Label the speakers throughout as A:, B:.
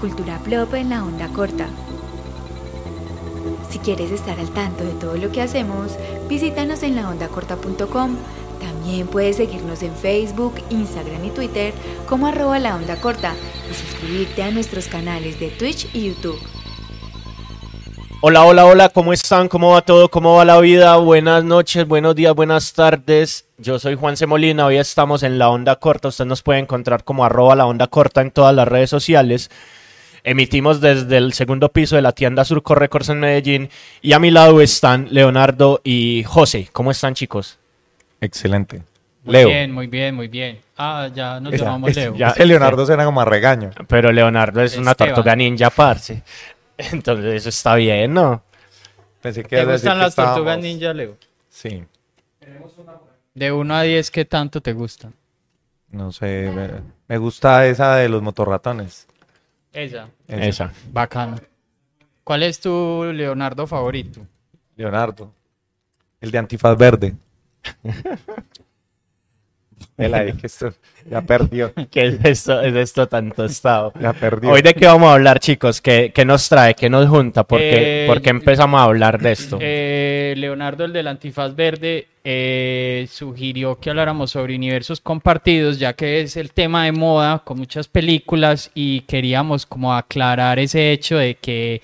A: Cultura Plop en la onda corta. Si quieres estar al tanto de todo lo que hacemos, visítanos en laondacorta.com. También puedes seguirnos en Facebook, Instagram y Twitter como arroba la onda corta y suscribirte a nuestros canales de Twitch y YouTube.
B: Hola, hola, hola, ¿cómo están? ¿Cómo va todo? ¿Cómo va la vida? Buenas noches, buenos días, buenas tardes. Yo soy Juan C. Molina, hoy estamos en La Onda Corta. Usted nos puede encontrar como arroba La Onda Corta en todas las redes sociales. Emitimos desde el segundo piso de la tienda Surco Records en Medellín. Y a mi lado están Leonardo y José. ¿Cómo están, chicos?
C: Excelente.
D: Muy
C: Leo.
D: bien, muy bien, muy bien. Ah, ya nos
C: Esa-
D: llamamos
C: es-
D: Leo.
B: ya-
C: es que Leonardo suena como a regaño.
B: Pero Leonardo es una
D: Esteban.
B: tortuga ninja, parce. Entonces eso está bien, ¿no?
C: Pensé que
D: ¿Te
C: ibas a decir
D: gustan
C: que
D: las tortugas
C: estábamos-
D: ninja, Leo?
C: Sí.
D: De 1 a 10, ¿qué tanto te gustan?
C: No sé. me- Me gusta esa de los motorratones.
D: Ella,
C: Esa.
B: Esa.
D: bacana. ¿Cuál es tu Leonardo favorito?
C: Leonardo. El de antifaz verde. El ahí que esto- ya perdió.
B: ¿Qué es esto, es esto tan tostado?
C: Ya perdió.
B: Hoy de qué vamos a hablar, chicos? ¿Qué, qué nos trae? ¿Qué nos junta? ¿Por qué,
D: Eh,
B: por qué empezamos a hablar de esto?
D: Eh, Leonardo, el del antifaz verde, eh, sugirió que habláramos sobre universos compartidos, ya que es el tema de moda con muchas películas y queríamos como aclarar ese hecho de que,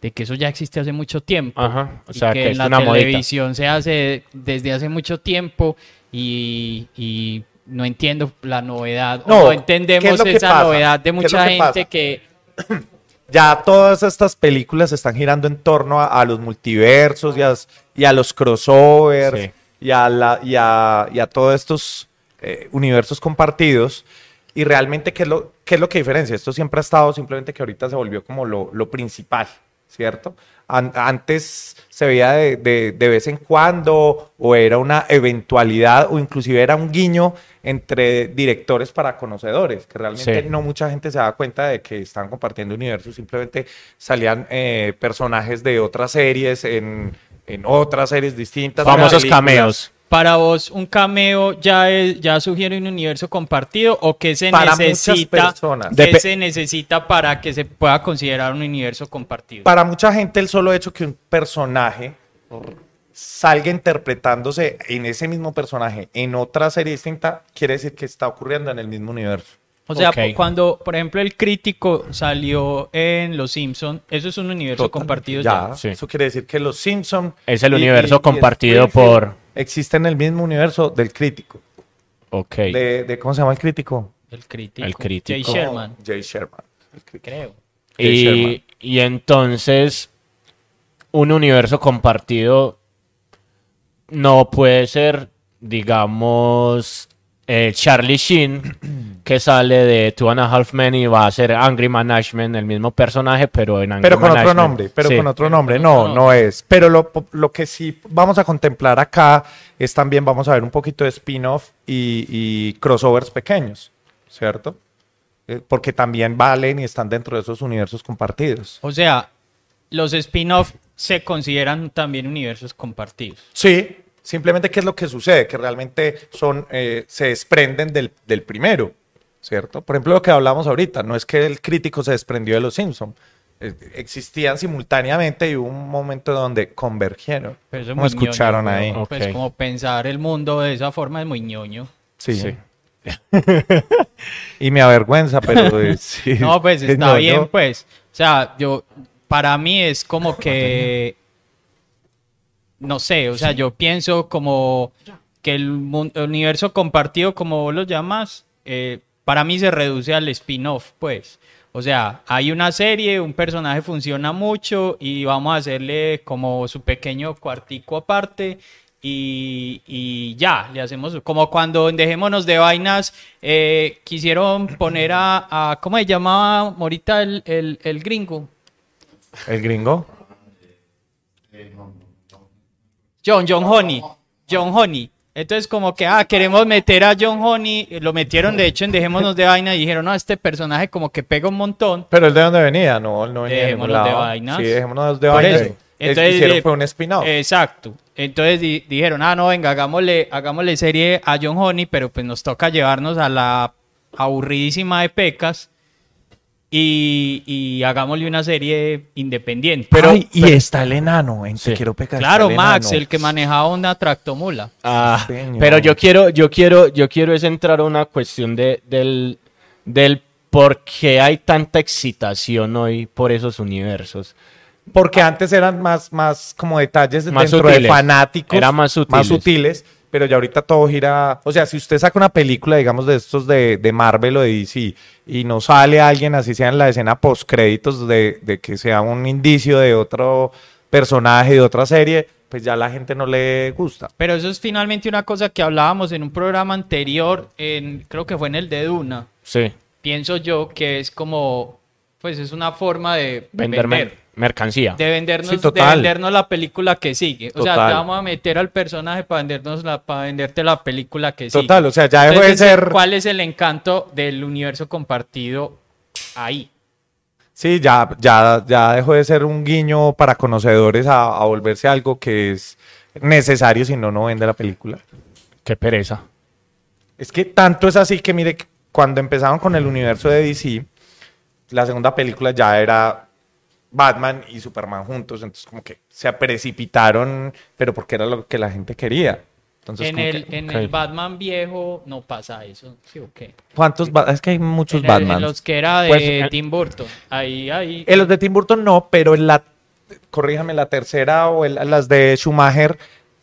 D: de que eso ya existe hace mucho tiempo.
B: Ajá. O
D: y
B: sea,
D: que,
B: que,
D: en
B: es
D: la
B: una modita.
D: televisión se hace desde hace mucho tiempo y, y no entiendo la novedad, o
C: No,
D: no,
C: ¿qué es
D: entendemos
C: lo que
D: esa
C: pasa?
D: novedad
C: ¿Qué
D: de
C: es lo
D: mucha
C: que pasa?
D: gente que
C: Ya todas estas películas están girando en torno a, a los multiversos y a, y a los crossovers
B: Sí.
C: y, a la- y a- y a todos estos eh, universos compartidos. Y realmente, ¿qué es, lo, ¿qué es lo que diferencia? Esto siempre ha estado, simplemente que ahorita se volvió como lo, lo principal, ¿cierto? An- antes se veía de, de- de vez en cuando o era una eventualidad o inclusive era un guiño entre directores para conocedores, que realmente
B: Sí.
C: no mucha gente se da cuenta de que están compartiendo universos, simplemente salían eh, personajes de otras series en, en otras series distintas.
B: Famosos
C: películas.
B: cameos.
D: para vos un cameo ya, es- ya sugiere un universo compartido o que se
C: Para muchas
D: necesita
C: personas.
D: que
B: Depe-
D: se necesita para que se pueda considerar un universo compartido.
C: Para mucha gente el solo hecho que un personaje salga interpretándose en ese mismo personaje en otra serie distinta quiere decir que está ocurriendo en el mismo universo.
D: O sea,
B: Ok.
D: po- cuando, por ejemplo, el crítico salió en Los Simpson, eso es un universo
C: Total.
D: compartido ya.
C: ya.
B: Sí.
C: Eso quiere decir que los Simpson
B: Es el universo compartido por-
C: existen en el mismo universo del crítico.
B: Ok.
C: De, de- ¿Cómo se llama el crítico?
D: El crítico.
B: El crítico.
D: Jay Sherman,
C: Jay Sherman. El crítico.
D: creo.
B: y,
C: Sherman.
B: y entonces, un universo compartido no puede ser, digamos, eh, Charlie Sheen, que sale de Two and a Half Men y va a ser Angry Management, el mismo personaje, pero en Angry
C: Pero con otro
B: Management.
C: nombre, pero
B: Sí.
C: con otro nombre,
D: con otro
C: no, no es. Pero lo, lo que sí vamos a contemplar acá es también, vamos a ver un poquito de spin-off y, y crossovers pequeños, ¿cierto? Eh, Porque también valen y están dentro de esos universos compartidos.
D: O sea, los spin-off se consideran también universos compartidos.
C: Sí, simplemente qué es lo que sucede, que realmente son, eh, se desprenden del, del primero, ¿cierto? Por ejemplo, lo que hablamos ahorita, no es que el crítico se desprendió de los Simpson. eh, Existían simultáneamente y hubo un momento donde convergieron.
D: Pero Pues eso es
C: como
D: muy
C: escucharon
D: ñoño,
C: ahí?
D: weón. Pues
B: Ok.
D: como pensar el mundo de esa forma es muy ñoño.
C: Sí.
B: Sí.
C: y me avergüenza, pero eh, sí.
D: No, pues
C: Es
D: está
C: ñoño.
D: bien, pues. O sea, yo, para mí es como que, no sé, o sea, yo pienso como que el mun- el universo compartido, como vos lo llamas, eh, para mí se reduce al spin-off, pues. O sea, hay una serie, un personaje funciona mucho y vamos a hacerle como su pequeño cuartico aparte y, y ya, le hacemos como cuando en Dejémonos de Vainas eh, quisieron poner a, a- ¿cómo se llamaba Morita el, el- el gringo?
C: El gringo.
D: John, John Honey, John Honey. Entonces como que, ah, queremos meter a John Honey, eh, lo metieron de hecho en Dejémonos de Vainas y dijeron, no, este personaje como que pega un montón.
C: Pero él de dónde venía, no, él no venía de ningún
D: Dejémonos de
C: lado.
D: vainas.
C: Sí, dejémonos de
D: Por
C: vainas.
D: eso.
C: Es-
D: Entonces,
C: hicieron
D: eh,
C: fue un spin-off.
D: Exacto. Entonces di- dijeron, ah, no, venga, hagámosle, hagámosle serie a John Honey, pero pues nos toca llevarnos a la aburridísima de Pecas. y, y hagámosle una serie independiente.
C: Pero,
B: Ay,
C: y
B: pero-
C: está el enano en
B: Sí.
C: Te Quiero Pecar.
D: claro,
C: está el
D: Max,
C: enano.
D: el que manejaba una tractomula.
B: Ah,
C: señor.
B: pero yo quiero, yo quiero, yo quiero es entrar a una cuestión de, del, del por qué hay tanta excitación hoy por esos universos.
C: Porque antes eran más, más como detalles
B: Más
C: dentro de
B: sutiles.
C: fanáticos.
B: Era más sutiles.
C: sutiles, pero ya ahorita todo gira. O sea, si usted saca una película, digamos, de estos de, de Marvel o de DC, y no sale alguien, así sea en la escena postcréditos, de, de que sea un indicio de otro personaje, de otra serie, pues ya la gente no le gusta.
D: Pero eso es finalmente una cosa que hablábamos en un programa anterior, en, creo que fue en el de Duna.
B: Sí,
D: Pienso yo que es como, pues es una forma de
B: vender mer-
D: vender.
B: mercancía.
D: De vendernos,
C: Sí,
D: de
C: total.
D: vendernos la película que sigue. O sea,
C: Total.
D: te vamos a meter al personaje para vendernos la, para venderte la película que sigue.
C: Total, o sea, ya dejó de
D: Entonces,
C: ser.
D: ¿Cuál es el encanto del universo compartido ahí?
C: Sí, ya, ya, ya dejó de ser un guiño para conocedores a, a volverse algo que es necesario, si no, no vende la película.
B: Qué pereza.
C: Es que tanto es así que, mire, cuando empezaron con el universo de DC, la segunda película ya era Batman y Superman juntos, entonces como que se precipitaron, pero porque era lo que la gente quería. Entonces,
D: en
C: como
D: el,
C: que-
D: en
B: ok.
D: el Batman viejo no pasa eso. ¿sí o qué?
C: ¿cuántos? Ba- es que hay muchos
D: En el- en
C: Batman.
D: los que era de
B: Pues, eh,
D: Tim Burton. Ahí, ahí.
C: En los de Tim Burton no, pero en la, corríjame, la tercera o en la- las de Schumacher,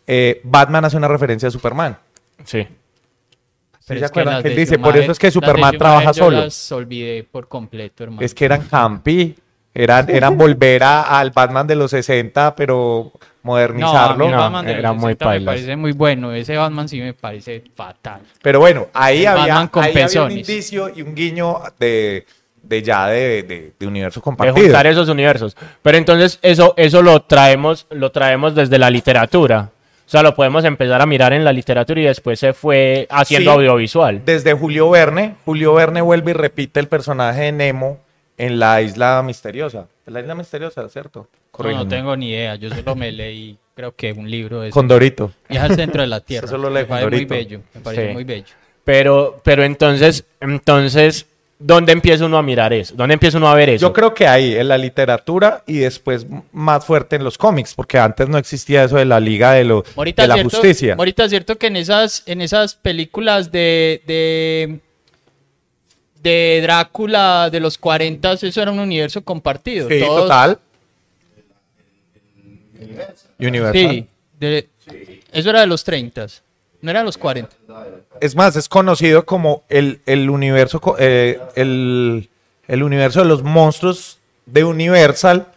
C: eh, Batman hace una referencia a Superman.
B: Sí.
C: ¿Sí
D: Pero
C: se
D: es que
C: acuerdan
D: las
C: que él
D: de
C: dice, por
D: Schumacher-
C: eso es que
D: las de
C: Superman
D: Schumacher
C: trabaja
D: yo
C: solo?
D: las olvidé por completo, hermano.
C: Es que eran campi, eran, eran volver a- al Batman de los 60, pero
D: no, a mí
C: modernizarlo.
D: el
B: No,
D: Batman de los
B: era muy
D: 60 me
B: pailas.
D: parece muy bueno. Ese Batman sí me parece fatal.
C: Pero bueno, ahí,
D: El
C: había,
D: Batman con
C: ahí había un
D: pezones.
C: indicio y un guiño de, de ya de, de- de universo compartido.
B: De juntar esos universos. Pero entonces eso, eso lo traemos, lo traemos desde la literatura. O sea, lo podemos empezar a mirar en la literatura y después se fue haciendo
C: Sí.
B: audiovisual.
C: Desde Julio Verne, Julio Verne vuelve y repite el personaje de Nemo en la isla misteriosa. Es La isla misteriosa, ¿cierto?
D: No, no
C: Corríjame.
D: tengo ni idea. Yo solo me leí, creo que un libro de
C: Condorito.
D: Viaja al centro de la tierra.
C: Eso lo leo
D: me parece muy
C: ahorita.
D: bello. Me parece
B: Sí.
D: muy bello.
B: Pero, pero entonces, entonces, ¿dónde empieza uno a mirar eso? ¿Dónde empieza uno a ver eso?
C: Yo creo que ahí, en la literatura y después m- más fuerte en los cómics, porque antes no existía eso de la Liga de, lo,
D: Morita,
C: de la
D: cierto,
C: Justicia.
D: Morita, es cierto que en esas, en esas películas de, de, de Drácula de los 40 eso era un universo compartido.
C: Sí,
D: Todos-
C: total. Universal.
D: sí, de- Eso era de los 30 no era de los 40.
C: Es más, es conocido como el, el universo co- eh, el, el universo de los monstruos de Universal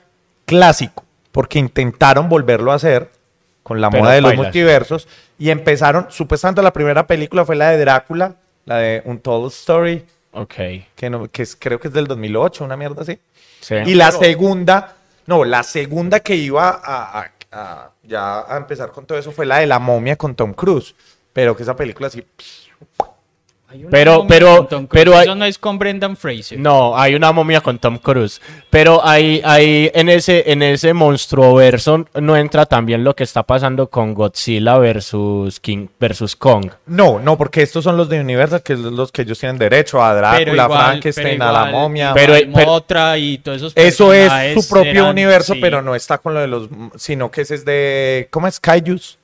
C: clásico, porque intentaron volverlo a hacer con la
B: Pero
C: moda de los
B: bailas.
C: multiversos y empezaron, supuestamente la primera película fue la de Drácula, la de Untold Story,
B: Ok.
C: que, no- que es- creo que es del 2008, una mierda así.
B: Sí.
C: Y la segunda, no, la segunda que iba a, a- a- ya a empezar con todo eso fue la de la momia con Tom Cruise. Pero que esa película sí.
B: Pero-
D: momia
B: pero-
D: con Tom Cruise,
B: pero hay-
D: eso no es con Brendan Fraser.
B: No, hay una momia con Tom Cruise. Pero ahí, ahí en ese, en ese monstruo verso no entra también lo que está pasando con Godzilla versus King versus Kong.
C: No, no, porque estos son los de Universal, que es los que ellos tienen derecho a
D: Pero
C: Drácula,
D: igual-
C: Frankenstein,
D: pero
C: a la
D: igual-
C: momia.
B: Pero-
D: igual
B: pero-
D: Mothra y todos esos
C: eso es
D: personajes
C: su propio
D: eran-
C: universo,
D: sí.
C: pero no está con lo de los. Sino que ese es de. ¿Cómo es? Kaijus.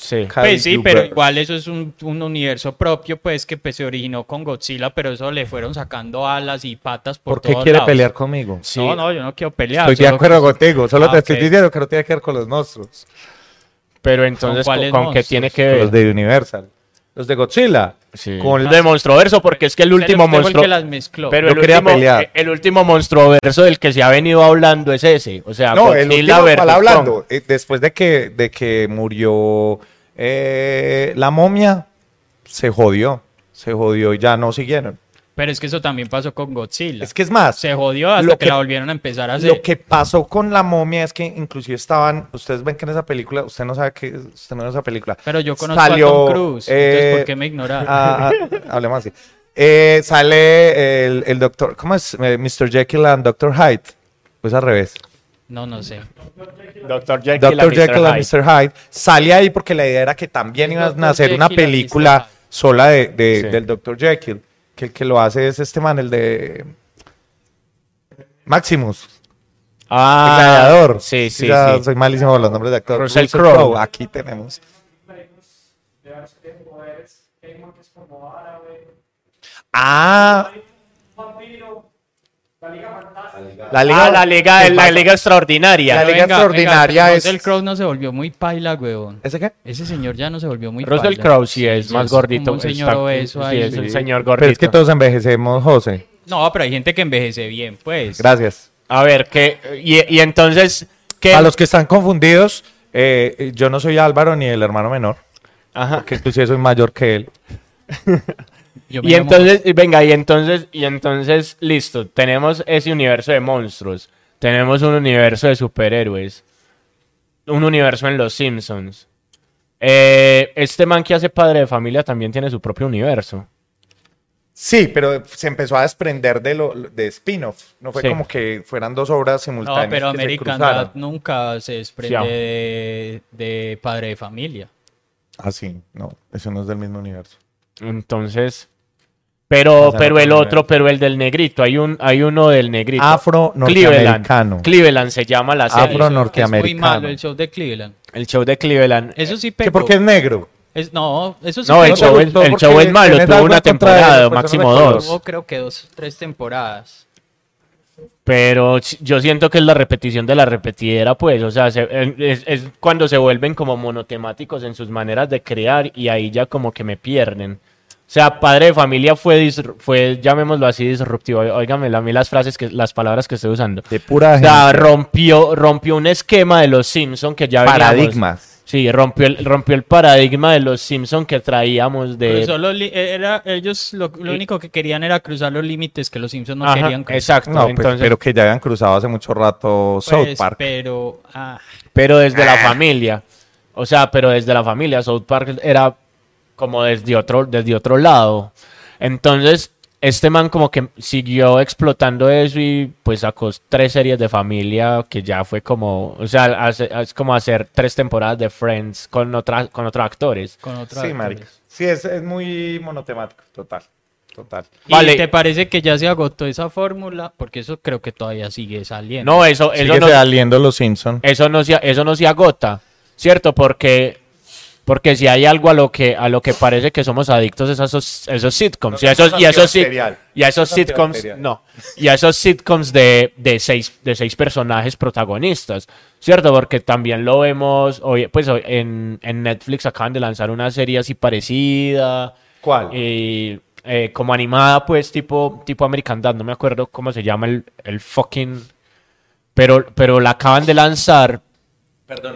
B: Sí.
D: Pues sí, pero
C: Kaijubers.
D: igual eso es un, un universo propio, pues que pues, se originó con Godzilla, pero eso le fueron sacando alas y patas por,
C: ¿Por qué
D: todos
C: quiere
D: lados.
C: pelear conmigo?
B: Sí.
D: No, no, yo no quiero pelear.
C: Estoy de
D: solo
C: acuerdo
D: que-
C: contigo, solo
D: Ah,
C: te estoy
D: ok.
C: diciendo que no tiene que ver con los monstruos.
B: Pero entonces,
D: ¿Con
B: ¿con,
D: cuáles
B: con qué
D: monstruos?
B: tiene que
C: Con
B: ver?
C: Los de Universal. Los de Godzilla.
B: Sí.
D: Ah,
C: Con
B: de Monstruoverso, porque es que el
D: Pero
B: último
D: usted fue el
B: monstruo.
D: que las mezcló.
B: Pero
C: Yo
B: el
C: quería
B: último, eh,
C: pelear.
B: el último monstruoverso del que se ha venido hablando es ese. O sea,
C: No, el
B: Godzilla
C: último
B: versus
C: para
B: Kong.
C: hablando. eh, Después de que, de que murió eh, la momia, se jodió. Se jodió y ya no siguieron.
D: Pero es que eso también pasó con Godzilla.
C: Es que es más,
D: se jodió hasta
C: lo
D: que,
C: que-
D: la volvieron a empezar a hacer.
C: lo que pasó con la momia es que inclusive estaban, ustedes ven que en esa película, usted no sabe que, usted no ve esa película.
D: Pero yo conozco a Tom Cruise, entonces ¿por qué me ignorar?
C: ah, ah, hablemos así. Eh, sale el, el doctor, ¿cómo es? Eh, Mr. Jekyll and Dr. Hyde. Pues al revés.
D: No, no sé.
B: Dr. Jekyll, and
C: Dr.
B: Mr.
C: Jekyll and
B: Hyde.
C: Mr. Hyde sale ahí porque la idea era que también
D: Es
C: iban
D: Dr.
C: a hacer una
D: Jekyll and Mr.
C: película
D: Hyde.
C: sola de, de-
B: Sí.
C: del Dr. Jekyll, que el que lo hace es este man, el de Maximus.
B: Ah,
C: el gladiador.
B: Sí, sí,
C: Ya
B: sí.
C: Soy malísimo con los nombres de actores.
B: Russell Crowe.
C: Crow. Aquí tenemos. Ah. La Liga,
B: Ah, la liga,
C: ¿Qué
B: la
C: pasa?
B: liga extraordinaria.
C: La Liga Extraordinaria
D: pero
C: es-
D: Russell Crowe no se volvió muy paila, weón.
C: ¿Ese qué?
D: Ese señor ya no se volvió muy
B: Russell
D: paila.
B: Crowe sí es
D: Sí,
B: más
D: es
B: gordito.
D: como un señor
B: está-
D: obeso
B: sí,
D: ahí.
B: es un señor
C: Pero
B: gordito.
C: es que todos envejecemos, José.
D: No, pero hay gente que envejece bien, pues.
C: Gracias.
B: A ver, ¿qué? Y, y entonces, ¿qué?
C: A los que están confundidos, eh, yo no soy Álvaro ni el hermano menor,
B: Ajá.
C: que inclusive soy mayor que él.
D: Yo me
B: Y
D: llamo-
B: entonces, y venga, y entonces, y entonces, listo, tenemos ese universo de monstruos, tenemos un universo de superhéroes, un universo en Los Simpsons. Eh, este man que hace padre de familia también tiene su propio universo.
C: Sí, pero se empezó a desprender de lo de spin-off. No fue
B: Sí.
C: como que fueran dos obras
D: No,
C: simultáneas.
D: pero
C: que se
D: American
C: cruzaran.
D: Dad nunca se desprende
B: Sí, ah.
D: de, de padre de familia.
C: Ah, sí, no, eso no es del mismo universo.
B: Entonces, pero,
C: Pasa la
B: pero el
C: primera
B: otro,
C: vez.
B: pero el del negrito, hay un, hay uno del negrito.
C: Afro-norteamericano.
B: Cleveland. Cleveland se llama la serie.
C: Afro-
D: Eso Es muy
C: norteamericano.
D: malo el show de Cleveland.
B: El show de Cleveland.
D: Eso sí
C: ¿Que
D: pecó.
C: porque es negro?
D: Es- no, eso sí
B: Eh, No, el
D: pecó.
C: te
B: show, es,
C: gustó
B: el
C: porque
B: show es malo,
C: tenés
B: tuvo
C: algo
B: una
C: en contra de
B: temporada,
C: las personas
B: máximo
C: de color.
B: dos.
D: Tuvo creo que dos, tres temporadas.
B: Pero ch- yo siento que es la repetición de la repetidera, pues, o sea, se- eh, es, es cuando se vuelven como monotemáticos en sus maneras de crear y ahí ya como que me pierden. O sea, padre de familia fue, disru- fue llamémoslo así, disruptivo. Óigame, a mí las frases, que, las palabras que estoy usando.
C: De pura
B: O sea, rompió, rompió un esquema de los Simpson que ya veníamos-
C: Paradigmas.
B: Sí, rompió el, rompió el paradigma de los Simpson que traíamos de...
D: Cruzó los li- era, ellos lo, lo único que querían era cruzar los límites que los Simpsons no
B: Ajá,
D: querían cruzar.
B: exacto.
C: No, pues,
B: entonces,
C: pero que ya habían cruzado hace mucho rato South
D: Pues,
C: Park.
D: Pero, ah,
B: pero desde la
C: Ah.
B: familia. O sea, pero desde la familia. South Park era como desde otro, desde otro lado. Entonces, este man como que siguió explotando eso y pues sacó tres series de familia que ya fue como, o sea, hace- es como hacer tres temporadas de Friends con, otra, con otros actores.
D: con otra.
C: Sí, marica. Sí, es, es muy monotemático, total, total.
D: ¿Y
B: Vale.
D: te parece que ya se agotó esa fórmula? Porque eso creo que todavía sigue saliendo.
B: No, eso, eso
C: Sigue
B: no,
C: saliendo los Simpsons.
B: eso no se, eso no se agota, ¿cierto? Porque, porque si hay algo a lo que, a lo que parece que somos adictos es a esos, esos sitcoms. y,
C: No,
B: a esos,
C: eso es
B: y, a esos sit-
C: antibacterial.
B: y a esos
C: Eso es
B: sitcoms,
C: antibacterial.
B: no. Y a esos sitcoms de, de, seis, de seis personajes protagonistas, ¿cierto? Porque también lo vemos, hoy, pues hoy en, en Netflix acaban de lanzar una serie así parecida.
C: ¿Cuál?
B: Y, eh, como animada, pues, tipo, tipo American Dad, no me acuerdo cómo se llama el, el fucking... Pero, pero la acaban de lanzar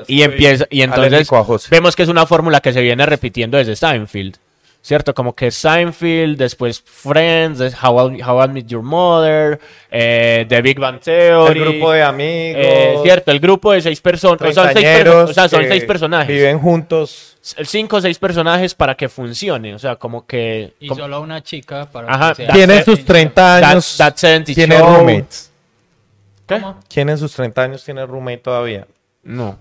B: y empieza y entonces
C: alérgico a José.
B: vemos que es una fórmula que se viene repitiendo desde Seinfeld cierto como que Seinfeld después Friends des- How I, How I Met Your Mother eh, The Big Bang Theory
C: El grupo de amigos.
B: eh, cierto el grupo de seis personas o, sea, son seis perso-
C: treintañeros
B: o sea, son
C: que
B: seis personajes
C: Viven juntos.
B: S- cinco o seis personajes para que funcione o sea como que
D: Y
B: como-
D: solo una chica para
B: Ajá,
D: que sea-
B: Tiene
C: Tienen
B: That's
C: sus 30
B: That-
C: años.
B: That 70
C: tiene
B: Show.
C: roommates.
B: ¿Qué?
D: ¿Cómo?
C: ¿Quién en sus 30 años tiene roommate todavía?
B: no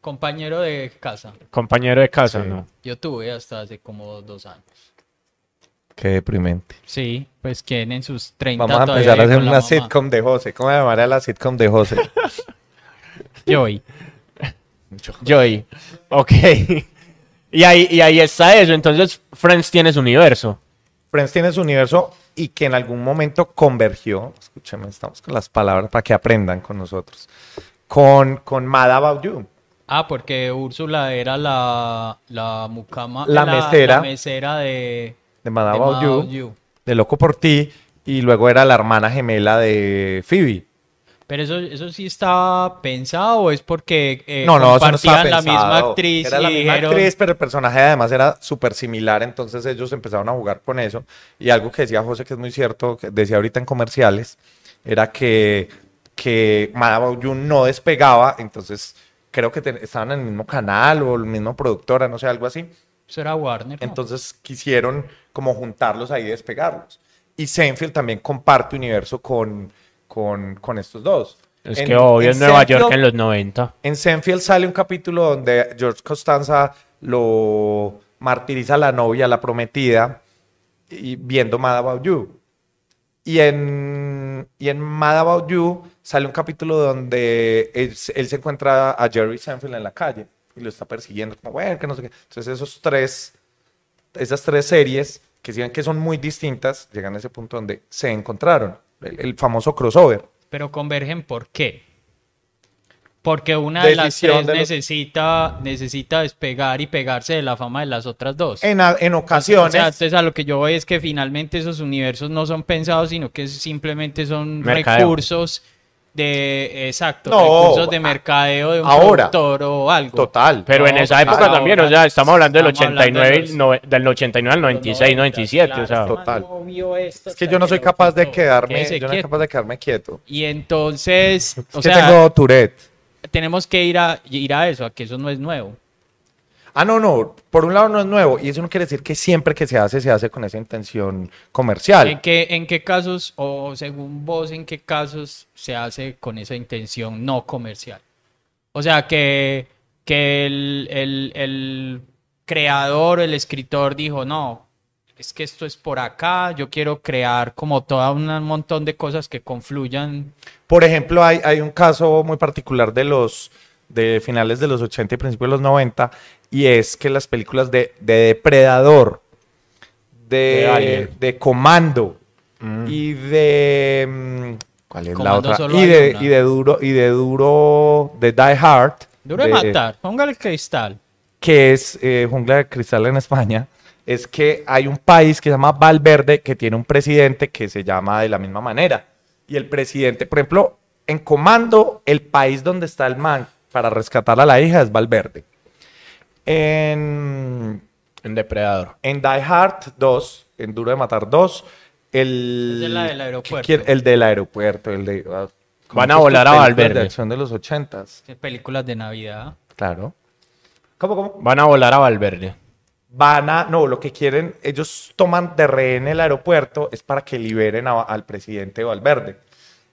D: Compañero de casa.
B: compañero de casa
C: Sí.
B: no
D: Yo tuve hasta hace como dos años.
C: Qué deprimente.
D: Sí, pues quien en sus 30
C: Vamos a
D: todavía
C: empezar a
D: vive
C: hacer
D: con la
C: una
D: mamá.
C: sitcom de José. ¿Cómo llamaría la sitcom de José?
D: Joy.
B: Joy. Ok. y, ahí, y ahí está eso. Entonces, Friends tiene su universo.
C: Friends tiene su universo y que en algún momento convergió. Escúcheme, estamos con las palabras para que aprendan con nosotros. Con, con Mad About You.
D: Ah, porque Úrsula era la, la mucama.
C: La mesera.
D: La mesera de.
C: De Mad
D: de
C: About
D: Mad
C: You,
D: About You.
C: De Loco por Ti. Y luego era la hermana gemela de Phoebe.
D: Pero eso, eso sí estaba pensado, ¿o es porque eh,
C: no, no, eso no
D: compartían
C: estaba
D: la misma
C: pensado.
D: actriz
C: Era
D: y
C: la misma
D: dijeron,
C: actriz, pero el personaje además era súper similar, entonces ellos empezaron a jugar con eso. Y algo que decía José, que es muy cierto, que decía ahorita en comerciales, era que, que Mad About You no despegaba, entonces creo que te- estaban en el mismo canal o el mismo productora, no sé, algo así.
D: eso era Warner. ¿no?
C: Entonces quisieron como juntarlos ahí y despegarlos. Y Seinfeld también comparte universo con, con, con estos dos.
B: Es
C: En-
B: que obvio
C: en
B: es Nueva York
C: Seinfeld-
B: en los 90.
C: en Seinfeld sale un capítulo donde George Costanza lo martiriza a la novia, a la prometida, y viendo Mad About You. Y en en, y en Mad About You sale un capítulo donde él, él se encuentra a Jerry Seinfeld en la calle y lo está persiguiendo, como, bueno, que no sé qué. Entonces, esos tres, esas tres series, que si ven que son muy distintas, llegan a ese punto donde se encontraron, el, el famoso crossover.
D: Pero convergen, ¿por qué? Porque una de las
C: Decisión
D: tres
C: de los-
D: necesita, necesita despegar y pegarse de la fama de las otras dos.
C: En, a- en
D: O
C: ocasiones,
D: sea, entonces a lo que yo voy es que finalmente esos universos no son pensados, sino que simplemente son
B: Mercadeo.
D: recursos de, exacto,
C: No,
D: recursos de
C: a-
D: mercadeo de un
C: ahora.
D: productor o algo.
C: total.
B: Pero en
D: No,
B: esa época
D: claro,
B: también, o
D: ahora
B: sea, estamos hablando del
D: estamos hablando
B: 89,
D: de los-
B: y nove- del 89 al 96, 97, o sea.
C: claro. Total. Es que yo no soy capaz de quedarme, yo no soy capaz de quedarme quieto.
D: Y entonces, o
C: es que
D: sea,
C: tengo Tourette.
D: tenemos que ir a, ir a eso, a que eso no es nuevo.
C: Ah, no, no. Por un lado no es nuevo. Y eso no quiere decir que siempre que se hace, se hace con esa intención comercial.
D: ¿En qué, ¿En qué casos, o según vos, en qué casos se hace con esa intención no comercial? O sea, que, que el, el- el creador, el escritor dijo, no, es que esto es por acá, yo quiero crear como todo un montón de cosas que confluyan.
C: Por ejemplo, hay, hay un caso muy particular de los de finales de los 80 y principios de los 90, y es que las películas de, de Depredador,
B: De
C: de,
B: Alien.
C: de Comando y de. mm, ¿Cuál es
D: Mm. Comando
C: la otra?
D: solo
C: Y
D: hay
C: de,
D: una.
C: y de Duro, y de Duro, de Die Hard.
D: Duro de
C: eh,
D: matar, póngale el cristal.
C: que es eh, Jungla de Cristal en España, es que hay un país que se llama Valverde que tiene un presidente que se llama de la misma manera. Y el presidente, por ejemplo, en comando, el país donde está el man para rescatar a la hija es Valverde. En,
B: En Depredador.
C: en Die Hard 2, en Duro de Matar 2, el...
D: Es de la del
C: ¿Qué
D: aeropuerto.
C: quiere? El del aeropuerto, el de... ah, ¿cómo
B: Van a
C: es que
B: volar a
C: películas
B: Valverde.
C: De acción de los ochentas,
D: Películas de Navidad.
C: claro. ¿Cómo, cómo?
B: Van a volar a Valverde.
C: van a, no, lo que quieren, ellos toman de rehén el aeropuerto es para que liberen a- al presidente Valverde.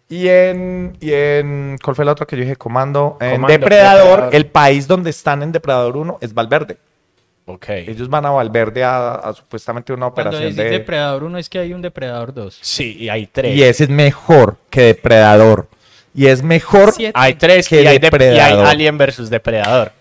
C: Y en, y en, ¿cuál fue la otra que yo dije? Comando, en
B: Comando,
C: Depredador,
B: Depredador.
C: el país donde están en Depredador 1 es Valverde.
B: Ok.
C: Ellos van a Valverde a, a supuestamente una
D: Cuando
C: operación
D: decís
C: de...
D: Depredador 1 es que hay un Depredador 2.
B: Sí, y hay tres.
C: Y ese es mejor que Depredador. Y es mejor
D: Siete.
B: Hay tres
C: Que
B: y hay, de- y hay
C: Depredador.
B: Alien versus Depredador.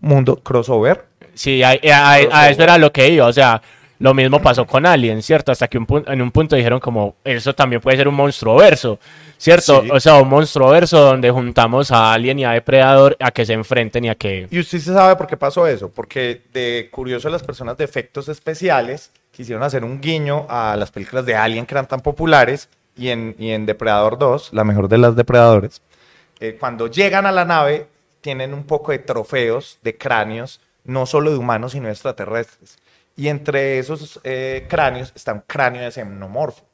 C: mundo crossover.
B: Sí, a, a- a- a eso era lo que iba. O sea, lo mismo pasó con Alien, ¿cierto? Hasta que un pun- en un punto dijeron como, eso también puede ser un monstruo verso, ¿cierto?
C: Sí.
B: O sea, un monstruo verso donde juntamos a Alien y a Depredador a que se enfrenten y a que...
C: Y usted se sabe por qué pasó eso, porque de curioso las personas de efectos especiales quisieron hacer un guiño a las películas de Alien que eran tan populares y en, y en Depredador 2, la mejor de las depredadores, eh, cuando llegan a la nave tienen un poco de trofeos, de cráneos, no solo de humanos sino extraterrestres. Y entre esos eh, cráneos está un cráneo de xenomorfo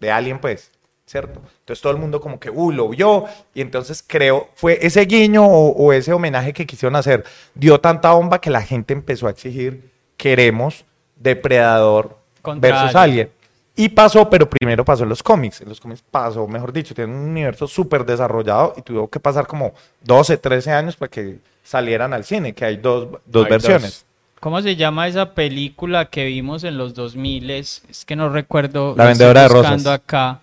C: de Alien, pues, ¿cierto? Entonces todo el mundo como que, uh, lo vio, y entonces creo, fue ese guiño o, o ese homenaje que quisieron hacer, dio tanta bomba que la gente empezó a exigir, queremos Depredador
D: Contra
C: versus
D: Alien.
C: Alien. Y pasó, pero primero pasó en los cómics. En los cómics pasó, mejor dicho, tiene un universo súper desarrollado y tuvo que pasar como 12, 13 años para que salieran al cine, que hay dos, dos
B: Hay
C: versiones.
D: ¿Cómo se llama esa película que vimos en los 2000? Es que no recuerdo.
C: La
D: lo estoy
C: vendedora de rosas.
D: buscando acá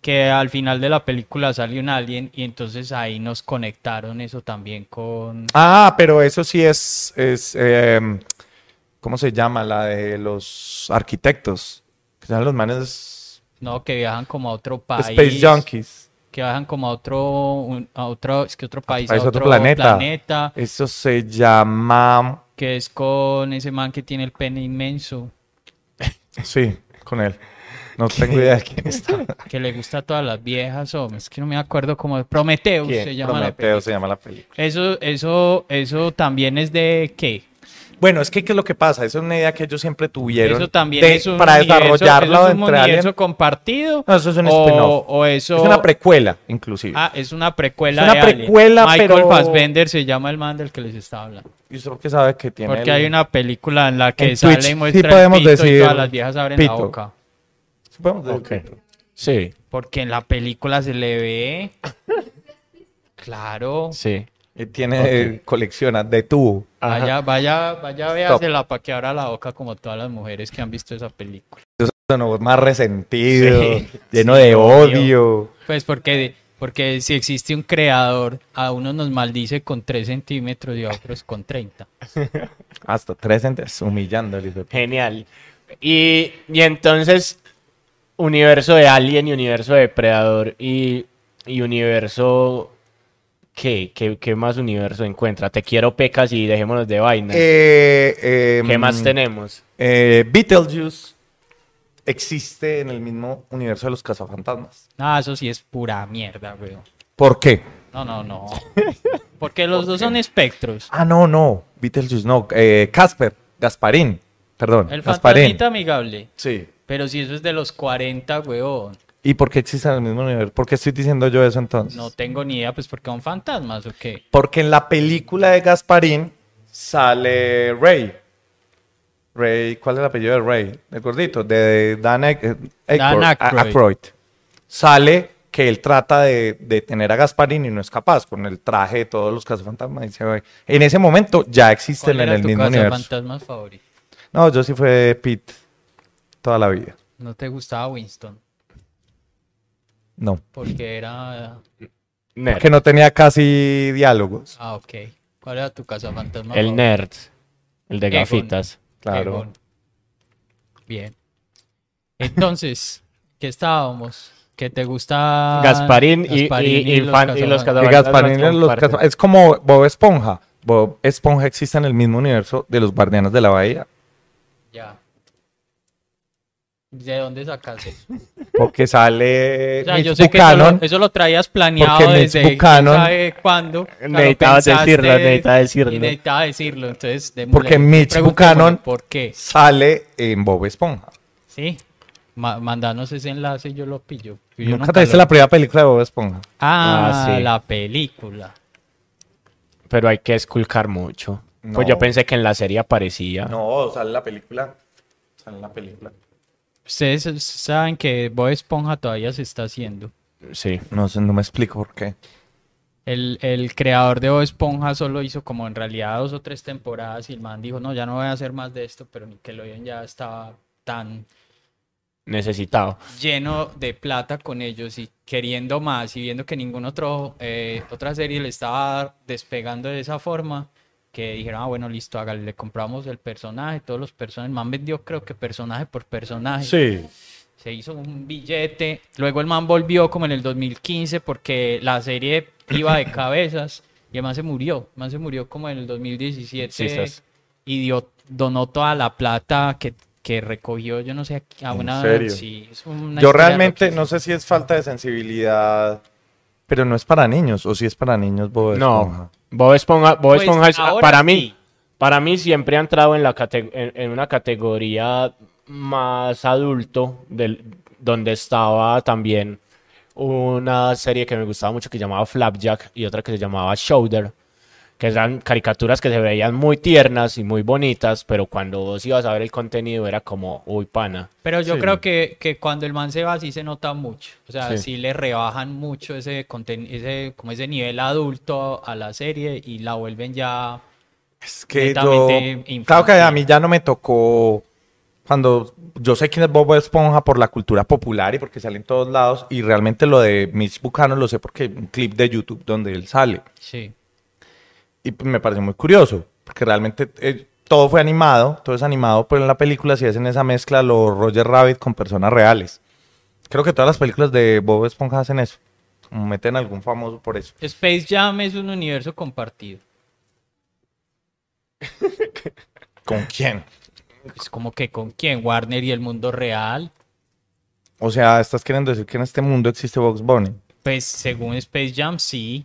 D: que al final de la película sale un alien y entonces ahí nos conectaron eso también con
C: Ah, pero eso sí es, es em, ¿cómo se llama? La de los arquitectos, que son los manes
D: no que viajan como a otro país.
C: Space Junkies.
D: Que viajan como a otro un- a otro es que otro país,
C: país,
D: a otro, planeta.
C: Eso se llama,
D: que es con ese man que tiene el pene inmenso
C: sí, con él. No tengo idea de quién está.
D: que le gusta a todas las viejas o es que no me acuerdo cómo Prometheus
C: ¿Quién?
D: se llama la
C: Prometeo
D: película.
C: se llama la película.
D: Eso, eso, eso también es de qué?
C: Bueno, es que ¿qué es lo que pasa? Esa es una idea que ellos siempre tuvieron
D: Eso también
C: de-
D: es un
C: para
D: universo-
C: desarrollarlo
D: eso es un
C: entre Alien.
D: universo compartido.
C: No, eso es un
D: o,
C: spin-off.
D: o eso
C: Es una precuela, inclusive.
D: Ah, es una precuela.
C: Es una
D: de Alien.
C: precuela,
D: Michael
C: pero-
D: Fassbender se llama el man del que les estaba hablando.
C: ¿Y usted por qué sabe que tiene
D: Porque
C: el-
D: hay una película en la que
C: En
D: sale
C: Twitch
D: y
C: sí
D: muestra el
C: podemos
D: pito y
C: decir
D: todas las viejas abren la
C: pito.
D: boca.
C: Podemos decir-
B: Ok. Sí,
D: Porque en la película se le ve. Claro.
B: sí.
C: Eh, Tiene, eh, colecciona de tubo.
B: Ajá.
D: Vaya, vaya, vaya, véasela para que abra la boca como todas las mujeres que han visto esa película.
C: no, más resentido,
B: Sí,
C: lleno
B: sí,
C: de
B: odio.
C: odio.
D: Pues porque, porque si existe un creador, a unos nos maldice con 3 centímetros y a otros con 30.
C: Hasta tres entes humillando. el hijo de p-
B: Genial. Y, y entonces, universo de Alien y universo de Predador y, y universo... ¿qué? ¿Qué, qué más universo encuentra? Te quiero pecas y dejémonos de vainas.
C: Eh, eh,
B: ¿Qué más
C: mm,
B: tenemos?
C: eh, Beetlejuice existe en el mismo universo de los cazafantasmas.
D: Ah, eso sí es pura mierda, weón.
C: ¿Por qué?
D: No, no, no. Porque los dos son espectros.
C: Ah, no, no. Beetlejuice, no. eh, Casper, Gasparín. Perdón,
D: El
C: Gasparín.
D: fantasmita amigable.
C: Sí.
D: Pero si eso es de los 40, weón.
C: ¿Y por qué existe en el mismo universo? ¿Por qué estoy diciendo yo eso entonces?
D: No tengo ni idea, pues porque son fantasmas o qué.
C: Porque en la película de Gasparín sale Rey. Rey, ¿cuál es el apellido de Rey? El gordito, de Dan, Ack- eh,
D: Dan
C: Aykroyd-
D: Aykroyd.
C: A- Aykroyd. Sale que él trata de, de tener a Gasparín y no es capaz con el traje de todos los cazafantasmas. y se va. En ese momento ya existen
D: ¿Cuál
C: en
D: era
C: el
D: tu
C: mismo universo.
D: fantasmas favorito?
C: No, yo sí fue Pete toda la vida.
D: No te gustaba Winston,
C: No.
D: porque era...
B: Nerd.
C: Que no tenía casi diálogos.
D: Ah, ok. ¿Cuál era tu casa fantasma?
B: El nerd. El de
D: Egon.
B: gafitas.
C: Claro.
D: Bien. Entonces, ¿qué estábamos? ¿Que te gusta...
B: Gasparín, y- y, y, fan- y los
D: cazafantasmas?
C: Que
B: cazafantasmas
C: Gasparín
B: no
C: en los
B: comparten.
C: Cas- es como Bob Esponja. Bob Esponja existe en el mismo universo de los Guardianes de la Bahía.
D: Ya. ¿De dónde sacaste?
C: Porque sale
D: O sea,
C: Mitch
D: yo sé que eso
C: Buchanan.
D: lo, eso lo traías planeado
C: porque Mitch
D: desde quién
C: Buchanan-
D: sabe cuándo. pero
B: Necesitaba
D: pensaste-
B: decirlo, necesitaba decirlo.
D: y necesitaba decirlo, entonces... démosle-
C: Porque Mitch
D: preguntémosle
C: Buchanan-
D: ¿Por qué?
C: Sale en Bob Esponja.
D: Sí. Ma- mandanos ese enlace y yo lo pillo. Yo
C: Nunca,
D: nunca
C: te viste
D: lo-
C: la primera película de Bob Esponja.
D: Ah,
B: Ah, sí.
D: la película.
B: Pero hay que esculcar mucho.
C: No.
B: Pues yo pensé que en la serie aparecía.
C: No, sale la película. Sale la película.
D: Ustedes saben que Bob Esponja todavía se está haciendo.
B: Sí.
C: No sé, no me explico por qué.
D: El, el creador de Bob Esponja solo hizo como en realidad dos o tres temporadas y el man dijo, no, ya no voy a hacer más de esto, pero Nickelodeon ya estaba tan
B: Necesitado.
D: lleno de plata con ellos y queriendo más y viendo que ninguna otra serie le estaba despegando de esa forma que dijeron, ah, bueno, listo, hágale, le compramos el personaje, todos los personajes, el man vendió creo que personaje por personaje.
B: Sí.
D: se hizo un billete. Luego el man volvió como en el 2015 porque la serie iba de cabezas y el man se murió. El man se murió como en el 2017
B: Sí, estás.
D: y dio, donó toda la plata que, que recogió, yo no sé, a
C: ¿En
D: una...
C: serio?
D: sí, es una
C: Yo
D: historia
C: realmente
D: loquísima.
C: no sé si es falta de sensibilidad, pero no es para niños, o si es para niños Bob Esponja.
B: No. Bob Pues Esponja, Bob
D: Pues,
B: Esponja es-
D: ahora
B: para
D: sí.
B: mí, para mí siempre ha entrado en, la cate- en, en una categoría más adulto, del, donde estaba también una serie que me gustaba mucho que llamaba Flapjack y otra que se llamaba Shoulder, que eran caricaturas que se veían muy tiernas y muy bonitas, pero cuando vos ibas a ver el contenido era como, uy, pana.
D: Pero yo
C: Sí.
D: creo que, que cuando el man se va sí se nota mucho. O sea,
B: Sí.
D: sí, le rebajan mucho ese conten- ese, como ese nivel adulto a la serie y la vuelven ya
C: Es que yo,
D: Netamente infantil.
C: claro que a mí ya no me tocó cuando yo sé quién es Bob Esponja por la cultura popular y porque sale en todos lados y realmente lo de Mitch Buchanan lo sé porque hay un clip de YouTube donde él sale
D: sí.
C: y pues, me pareció muy curioso porque realmente eh, todo fue animado, todo es animado, pero en la película si hacen esa mezcla los Roger Rabbit con personas reales. Creo que todas las películas de Bob Esponja hacen eso, como meten a algún famoso por eso.
D: Space Jam es un universo compartido.
C: ¿Con quién?
D: Es como que con quién, Warner y el mundo real.
C: O sea, estás queriendo decir que en este mundo existe Box Bunny.
D: Pues según Space Jam, sí.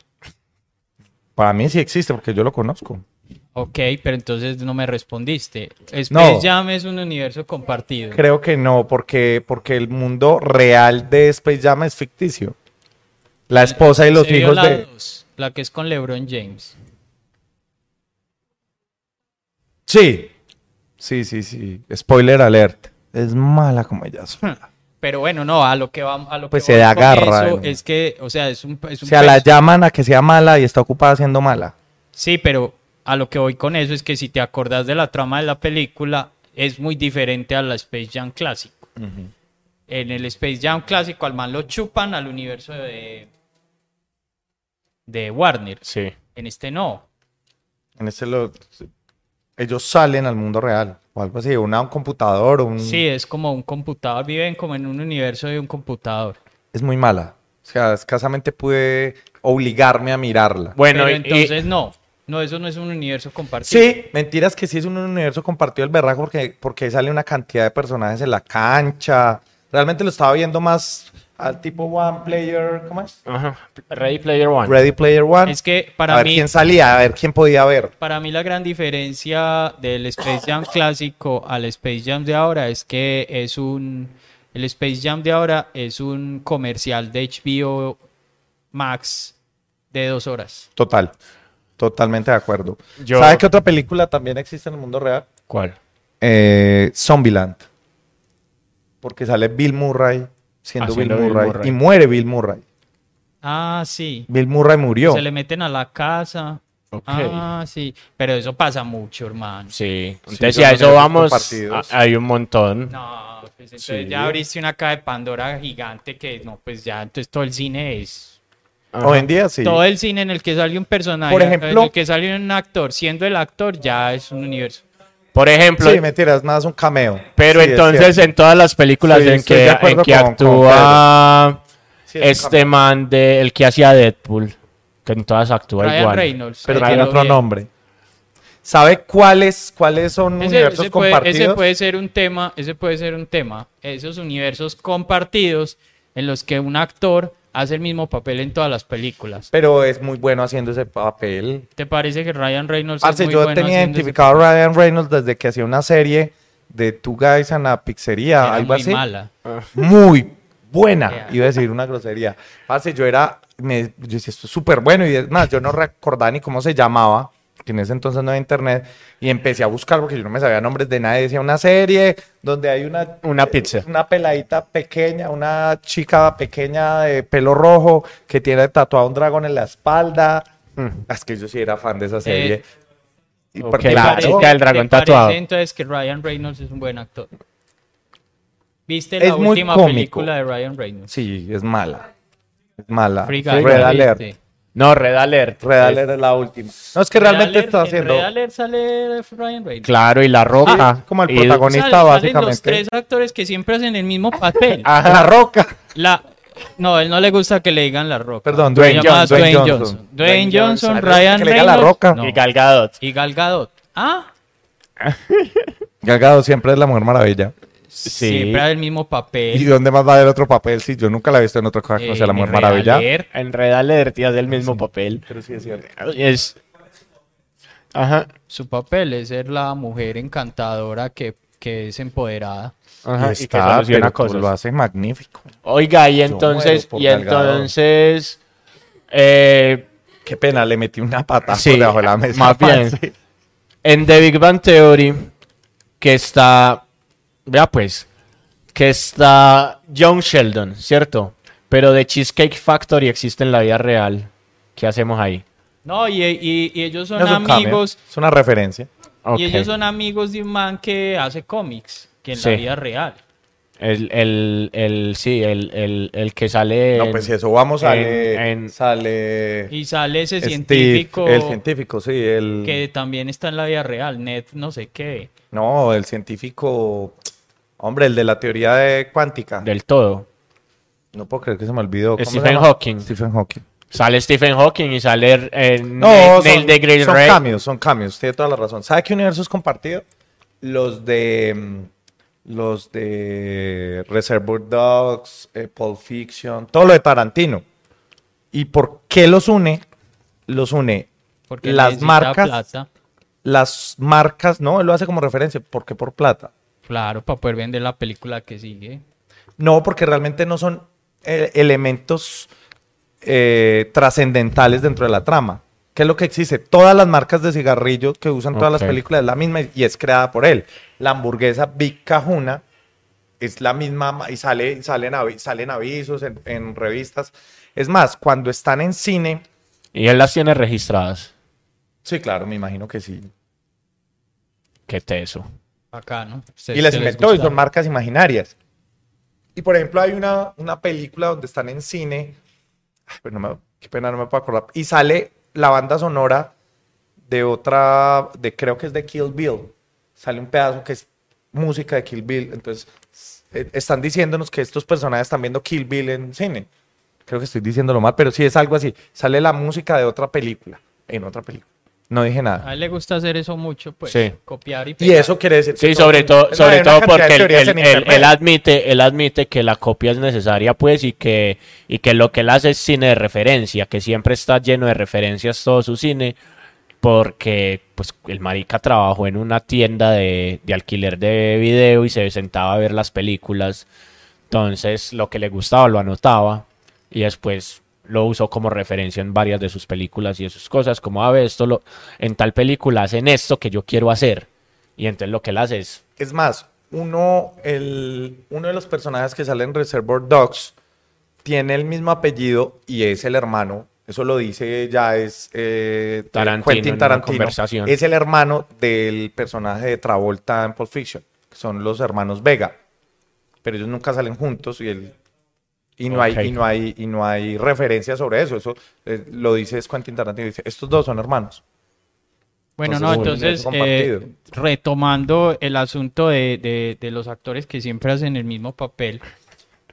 C: Para mí sí existe porque yo lo conozco.
D: Ok, pero entonces no me respondiste. Space
C: No.
D: Jam es un universo compartido.
C: Creo que no, porque, porque el mundo real de Space Jam es ficticio. La esposa y los
D: Se vio
C: hijos
D: la
C: de...
D: dos, la que es con LeBron James.
C: Sí, sí, sí, sí. Spoiler alert. Es mala como ella. sola.
D: Pero bueno, no, a lo que vamos a lo
C: Pues se
D: que voy con
C: agarra,
D: eso
C: ¿no?
D: es que, o sea, es un, es
C: O
D: un
C: sea, la
D: perso-
C: llaman a que sea mala y está ocupada siendo mala.
D: Sí, pero a lo que voy con eso es que si te acordás de la trama de la película, es muy diferente a la Space Jam clásico. En el Space Jam clásico al man lo chupan al universo de, de Warner.
B: Sí.
D: En este no.
C: En este lo- ellos salen al mundo real o algo así, una- un computador o un...
D: Sí, es como un computador, viven como en un universo de un computador.
C: Es muy mala. O sea, escasamente pude obligarme a mirarla.
B: Bueno,
D: Pero
B: y-
D: entonces no, no, eso no es un universo compartido.
C: Sí, mentiras que sí es un universo compartido el berraco porque, porque sale una cantidad de personajes en la cancha. Realmente lo estaba viendo más al tipo One Player, ¿cómo es?
B: ajá, Ready Player One.
C: Ready Player One.
D: Es que
C: a
D: para
C: ver
D: mí,
C: quién salía, a ver quién podía ver.
D: para mí la gran diferencia del Space Jam clásico al Space Jam de ahora es que es un, el Space Jam de ahora es un comercial de HBO Max de dos horas.
C: Total, totalmente de acuerdo.
B: Yo-
C: ¿Sabes qué otra película también existe en el mundo real?
B: ¿Cuál?
C: Eh, Zombieland. Porque sale Bill Murray siendo
B: Haciendo
C: Bill,
B: Bill
C: Murray,
B: Murray.
C: y muere Bill Murray.
D: Ah, sí.
C: Bill Murray murió.
D: Se le meten a la casa.
B: Ok.
D: Ah, sí. Pero eso pasa mucho, hermano.
B: Sí.
C: yo
B: Entonces, si
C: no
B: a
C: me
B: eso
C: los
B: vamos,
C: compartidos.
B: a- hay un montón.
D: No, pues entonces
B: Sí.
D: ya abriste una caja de Pandora gigante que no, pues ya, entonces todo el cine es.
B: Ajá.
C: Hoy en día sí.
D: Todo el cine en el que sale un personaje,
C: Por ejemplo-
D: en el que sale un actor, siendo el actor, ya es un universo.
B: Por ejemplo,
C: Sí, mentira, es más un cameo.
B: pero
C: Sí, es
B: entonces
C: cierto.
B: en todas las películas
C: Sí,
B: en
C: estoy
B: que,
C: de acuerdo
B: en que
C: con- con
B: actúa
C: Sí, es un
B: este man de el que hacía Deadpool, que en todas actúa
D: Ryan
B: igual.
D: Reynolds.
C: pero
D: Claro,
C: tiene otro
D: bien.
C: nombre. ¿Sabe cuáles, cuáles son
D: Ese-
C: universos
D: ese puede-
C: compartidos?
D: ese puede ser un tema, ese puede ser un tema. Esos universos compartidos en los que un actor hace el mismo papel en todas las películas.
C: Pero es muy bueno haciendo ese papel.
D: ¿Te parece que Ryan Reynolds
C: Parce,
D: es muy
C: Ah, yo
D: bueno
C: tenía
D: haciendo ese
C: identificado a Ryan Reynolds desde que hacía una serie de Two Guys en la pizzería,
D: Era
C: algo
D: muy
C: así.
D: mala.
C: Muy buena.
D: Yeah.
C: Iba a decir una grosería. Parce, yo era, me, yo decía, esto es súper bueno. Y es más, yo no recordaba ni cómo se llamaba, que en ese entonces no había internet. Y empecé a buscar porque yo no me sabía nombres de nadie. Decía una serie donde hay una...
B: Una pizza.
C: Eh, Una peladita pequeña, una chica pequeña de pelo rojo que tiene tatuado un dragón en la espalda. Mm, Es que yo sí era fan de esa serie.
D: Eh,
C: Y
B: ok,
C: por-
B: la
C: claro,
B: chica del dragón
D: ¿Te parece
B: tatuado.
D: entonces que Ryan Reynolds es un buen actor? ¿Viste
C: Es
D: la
C: muy
D: última
C: cómico.
D: película de Ryan Reynolds?
C: Sí, es mala. Es mala.
D: Free Guy,
C: Red
D: ¿la
C: Alert.
D: viste?
B: No, Red Alert.
C: Red Alert es la última. No, es que
D: Red
C: realmente
D: Alert-
C: está
D: en
C: haciendo.
D: Red Alert sale Ryan Reynolds.
B: Claro, y La Roca.
C: Sí, Ah, como el
B: y-
C: protagonista.
D: Sale- Salen los
C: básicamente. Ah.
D: tres actores que siempre hacen el mismo papel.
C: Ajá. La Roca.
D: La... No, él no le gusta que le digan la roca.
C: Perdón,
D: Se
C: Dwayne
D: llama
C: Johnson, Dwayne Johnson.
D: Dwayne
C: Dwayne
D: Johnson,
C: Johnson.
D: Ryan
C: Que le diga
D: Reynolds.
C: La Roca.
D: no.
B: Y Gal Gadot.
D: Y Gal Gadot. Ah,
C: Galgado siempre es la Mujer Maravilla.
D: siempre hace el mismo
C: ¿Y
D: papel.
C: dónde más va a haber otro papel? Sí, yo nunca la he visto en otra cosa que no sea la
D: Eh,
C: Mujer
D: Red
C: Maravilla.
D: Alert.
B: En Red Alert y hace el mismo papel.
C: Pero sí es cierto.
B: Es... Ajá.
D: Su papel es ser la mujer encantadora que, que es empoderada.
B: Ajá, y que
C: está,
B: soluciona
C: pero tú
B: cosas.
C: lo hace magnífico.
B: Oiga, y entonces,
C: muero por
B: y
C: Gal Gadot.
B: entonces, eh,
C: Qué pena, le metí una patada
B: Sí,
C: por debajo de la mesa.
B: más bien.
C: parce.
B: en The Big Bang Theory, que está, vea pues, que está John Sheldon, ¿cierto? Pero de Cheesecake Factory existe en la vida real. ¿Qué hacemos ahí?
D: No, y, y- y ellos son
C: No es un cameo,
D: amigos.
C: Es una referencia.
B: Ok.
D: Y ellos son amigos de un man que hace cómics, que en
B: Sí.
D: la vida real.
B: El, el, el, sí, el, el, el que sale...
C: No,
B: en-
C: pues si eso vamos, sale.
B: en- en-
C: sale
D: Y sale ese
C: Steve,
D: científico
C: El científico, sí. El,
D: que también está en la vida real, Ned no sé qué.
C: No, el científico. Hombre, el de la teoría de cuántica.
B: Del todo.
C: No puedo creer que se me olvidó. ¿Cómo se
B: Stephen
C: llama?
B: Hawking.
C: Stephen Hawking.
B: Sale Stephen Hawking y sale eh,
C: No,
B: Neil- Neil
C: son,
B: deGrasse
C: son
B: Ray.
C: cambios, son cambios. Tiene toda la razón. ¿Sabe qué universo es compartido? Los de. mm, Los de Reservoir Dogs, eh, Pulp Fiction, todo lo de Tarantino. ¿Y por qué los une? Los une
D: Porque
C: las
D: necesita
C: marcas,
D: Plata,
C: las marcas, no, él lo hace como referencia. ¿Por qué por plata?
D: claro, para poder vender la película que sigue.
C: No, porque realmente no son eh, elementos eh, trascendentales dentro de la trama. ¿Qué es lo que existe? Todas las marcas de cigarrillos que usan todas las
B: Ok.
C: películas es la misma y es creada por él. La hamburguesa Big Cajuna es la misma ma- y sale, salen, avi- salen avisos en, en revistas. Es más, cuando están en cine,
B: Y él las tiene registradas.
C: sí, claro, me imagino que sí.
B: Qué teso.
D: Acá, ¿no?
C: Y las inventó y son marcas imaginarias. Y por ejemplo, hay una, una película donde están en cine, ay, pero no me- qué pena, no me puedo acordar, y sale la banda sonora de otra, de creo que es de Kill Bill. Sale un pedazo que es música de Kill Bill. Entonces, eh, están diciéndonos que estos personajes están viendo Kill Bill en cine. Creo que estoy diciéndolo mal, pero sí es algo así. Sale la música de otra película, en otra película. No dije
D: A
C: nada.
D: él le gusta hacer eso mucho, pues.
B: Sí.
D: Copiar y
C: Y
D: pegar.
C: eso quiere decir... que
B: Sí,
C: todo
B: sobre
C: el mundo-
B: todo, sobre
C: Hay una
B: todo
C: cantidad de
B: porque él,
C: teorías
B: él-
C: en
B: él-
C: internet.
B: él admite, él admite que la copia es necesaria, pues, y que, y que lo que él hace es cine de referencia, que siempre está lleno de referencias todo su cine, porque pues el marica trabajó en una tienda de, de alquiler de video y se sentaba a ver las películas. Entonces, lo que le gustaba lo anotaba y después lo usó como referencia en varias de sus películas y de sus cosas, como, a ver, esto lo, en tal película hacen esto que yo quiero hacer. Y entonces lo que él hace es
C: Es más, uno, el, uno de los personajes que sale en Reservoir Dogs tiene el mismo apellido y es el hermano. Eso lo dice ya es eh,
B: Tarantino en
C: Quentin
B: una
C: Tarantino.
B: conversación.
C: Es el hermano del personaje de Travolta en Pulp Fiction, que son los hermanos Vega. Pero ellos nunca salen juntos y él y no,
B: Ok.
C: hay, y, no hay, y no hay referencia sobre eso. Eso eh, lo dice es Quentin Tarantino. Dice, estos dos son hermanos.
D: Bueno,
C: Entonces,
D: no,
C: pues, un
D: entonces,
C: universo
D: eh,
C: compartido.
D: retomando el asunto de, de- de los actores que siempre hacen el mismo papel,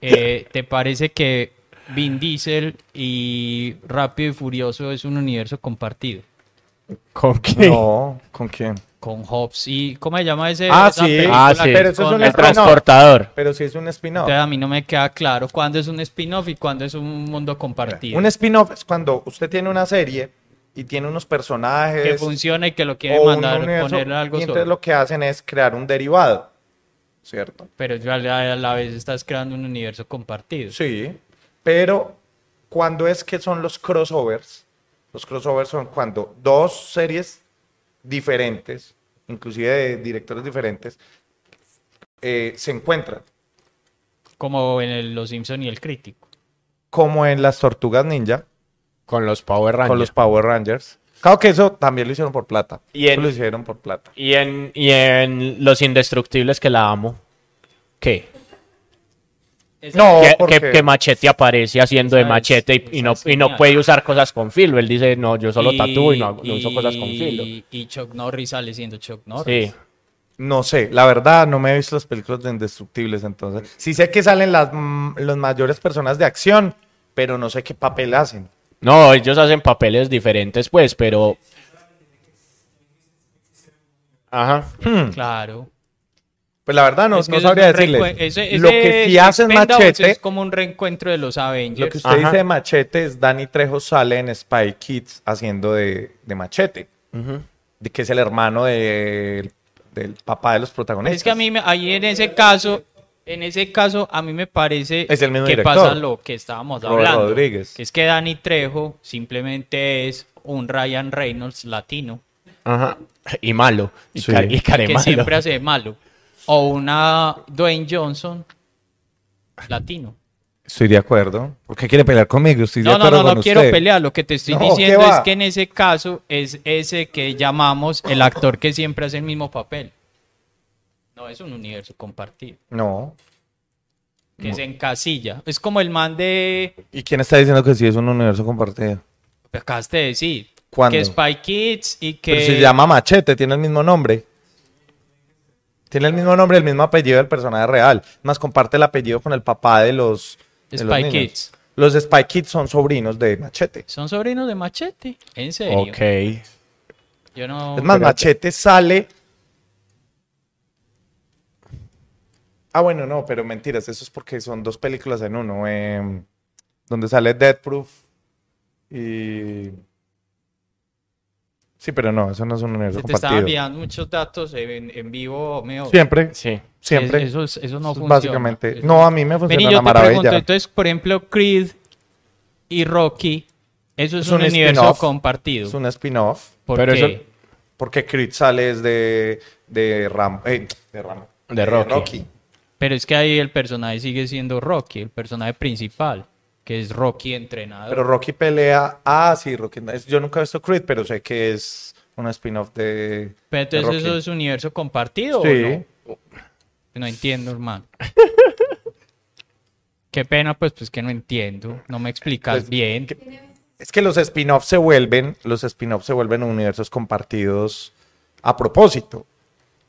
D: eh, ¿te parece que Vin Diesel y Rápido y Furioso es un universo compartido?
B: ¿Con qué?
C: No, ¿con quién?
D: Con Hobbs y... ¿Cómo se llama ese?
C: Ah,
D: esa
C: sí.
D: película
B: Ah,
D: que
B: sí.
C: pero eso es
D: con-
C: un
B: el
C: espino.
B: transportador.
C: Pero sí es un spin-off.
D: Entonces, a mí no me queda claro cuándo es un spin-off y cuándo es un mundo compartido.
C: Un spin-off es cuando usted tiene una serie y tiene unos personajes.
D: que funciona y que lo quiere
C: o un
D: mandar,
C: universo,
D: poner algo
C: y
D: sobre.
C: entonces lo que hacen es crear un derivado. ¿Cierto?
D: Pero ya a la- a la vez estás creando un universo compartido.
C: Sí. Pero, ¿cuándo es que son los crossovers? Los crossovers son cuando dos series diferentes, inclusive de directores diferentes, eh, se encuentran.
D: Como en el Los Simpson y el crítico.
C: Como en las Tortugas Ninja,
B: Con los Power Rangers.
C: con los Power Rangers. Claro que eso también lo hicieron por plata.
B: Y
C: Eso
B: en-
C: lo hicieron por plata.
B: Y, en, y en Los Indestructibles, que la amo. ¿Qué?
C: No,
B: que,
C: porque...
B: que- que Machete aparece haciendo de
D: Esa es-
B: machete y, y
D: esa
B: no,
D: es
B: y no
D: genial.
B: puede usar cosas con filo. Él dice, no, yo solo
D: Y-
B: tatúo y no, hago- no uso
D: y-
B: cosas con filo.
D: Y Chuck Norris sale siendo Chuck Norris.
B: Sí.
C: No sé, la verdad no me he visto las películas de Indestructibles, entonces. Sí sé que salen las, mm, las mayores personas de acción, pero no sé qué papel hacen.
B: No, ellos hacen papeles diferentes, pues, pero... Ajá.
C: Hmm,
D: Claro.
C: Pues la verdad no,
D: Es que
C: no
D: eso es
C: sabría
D: un
C: decirles.
D: reencue- ese-
C: Lo
D: ese
C: que sí hacen
D: Expendables
C: Machete,
D: Es como un reencuentro de los Avengers.
C: lo que usted
B: Ajá.
C: dice de Machete es Danny Trejo sale en Spy Kids haciendo de, de Machete, de que es el hermano de- del papá de los protagonistas.
D: Es que a mí, me- ahí en ese caso, en ese caso, a mí me parece
C: Es el mismo
D: que
C: director.
D: pasa lo que estábamos
C: Robert
D: hablando.
C: Rodríguez.
D: Que es que Danny Trejo simplemente es un Ryan Reynolds latino
B: Ajá. Y malo. Y,
C: Sí.
B: ca- y care
D: que
B: malo.
D: siempre hace de malo. O una Dwayne Johnson latino.
C: Estoy de acuerdo. ¿Por qué quiere pelear conmigo? Estoy de
D: No, no,
C: acuerdo
D: no, no
C: con
D: quiero
C: usted.
D: pelear. Lo que te estoy
C: No, ¿qué
D: diciendo es
C: va?
D: que en ese caso es ese que llamamos el actor que siempre hace el mismo papel. No es un universo compartido.
C: No.
D: que se encasilla. Es como el man de,
C: ¿Y quién está diciendo que sí es un universo compartido?
D: acabaste de decir,
C: ¿Cuándo?
D: que Spy Kids y que...
C: Pero se llama Machete, tiene el mismo nombre. Tiene el mismo nombre, el mismo apellido del personaje real. Más comparte el apellido con el papá de los. de los
D: Spy
C: niños.
D: Kids.
C: Los Spy Kids son sobrinos de Machete.
D: Son sobrinos de Machete, en serio.
B: Ok.
D: Yo no...
C: Es más,
B: pero-
C: Machete sale. Ah, bueno, no, pero mentiras, eso es porque son dos películas en uno. em, donde sale Dead Proof y. Sí, pero no, eso no es un universo
D: se te estaban
C: compartido.
D: enviando muchos datos en, en vivo, mío.
C: Siempre,
B: Sí.
C: siempre.
D: Es- Eso, es- eso no
C: Eso es
D: funciona.
C: Básicamente.
D: Eso-
C: No, a mí me
D: Vení,
C: funciona la
D: yo te pregunto,
C: maravilla.
D: entonces, por ejemplo, Creed y Rocky, eso es,
C: Es
D: un,
C: un
D: universo
C: spin-off.
D: compartido.
C: Es un spin-off.
D: ¿Por
B: Pero
D: qué?
B: eso-
C: Porque Creed sale es de, de Ram- eh, de Ram-
B: De
C: de
B: Rocky.
D: Pero es que ahí el personaje sigue siendo Rocky, el personaje principal, que es Rocky entrenador.
C: Pero Rocky pelea. Ah, sí, Rocky. es- Yo nunca he visto Creed, pero sé que es un spin-off de.
D: Pero
C: de
D: entonces eso
C: Rocky. Pues,
D: es universo compartido
C: Sí.
D: o no? No entiendo, hermano. Qué pena, pues, pues que no entiendo. No me explicas
C: Pues,
D: bien.
C: que- es que los spin-offs se vuelven, los spin-offs se vuelven universos compartidos a propósito.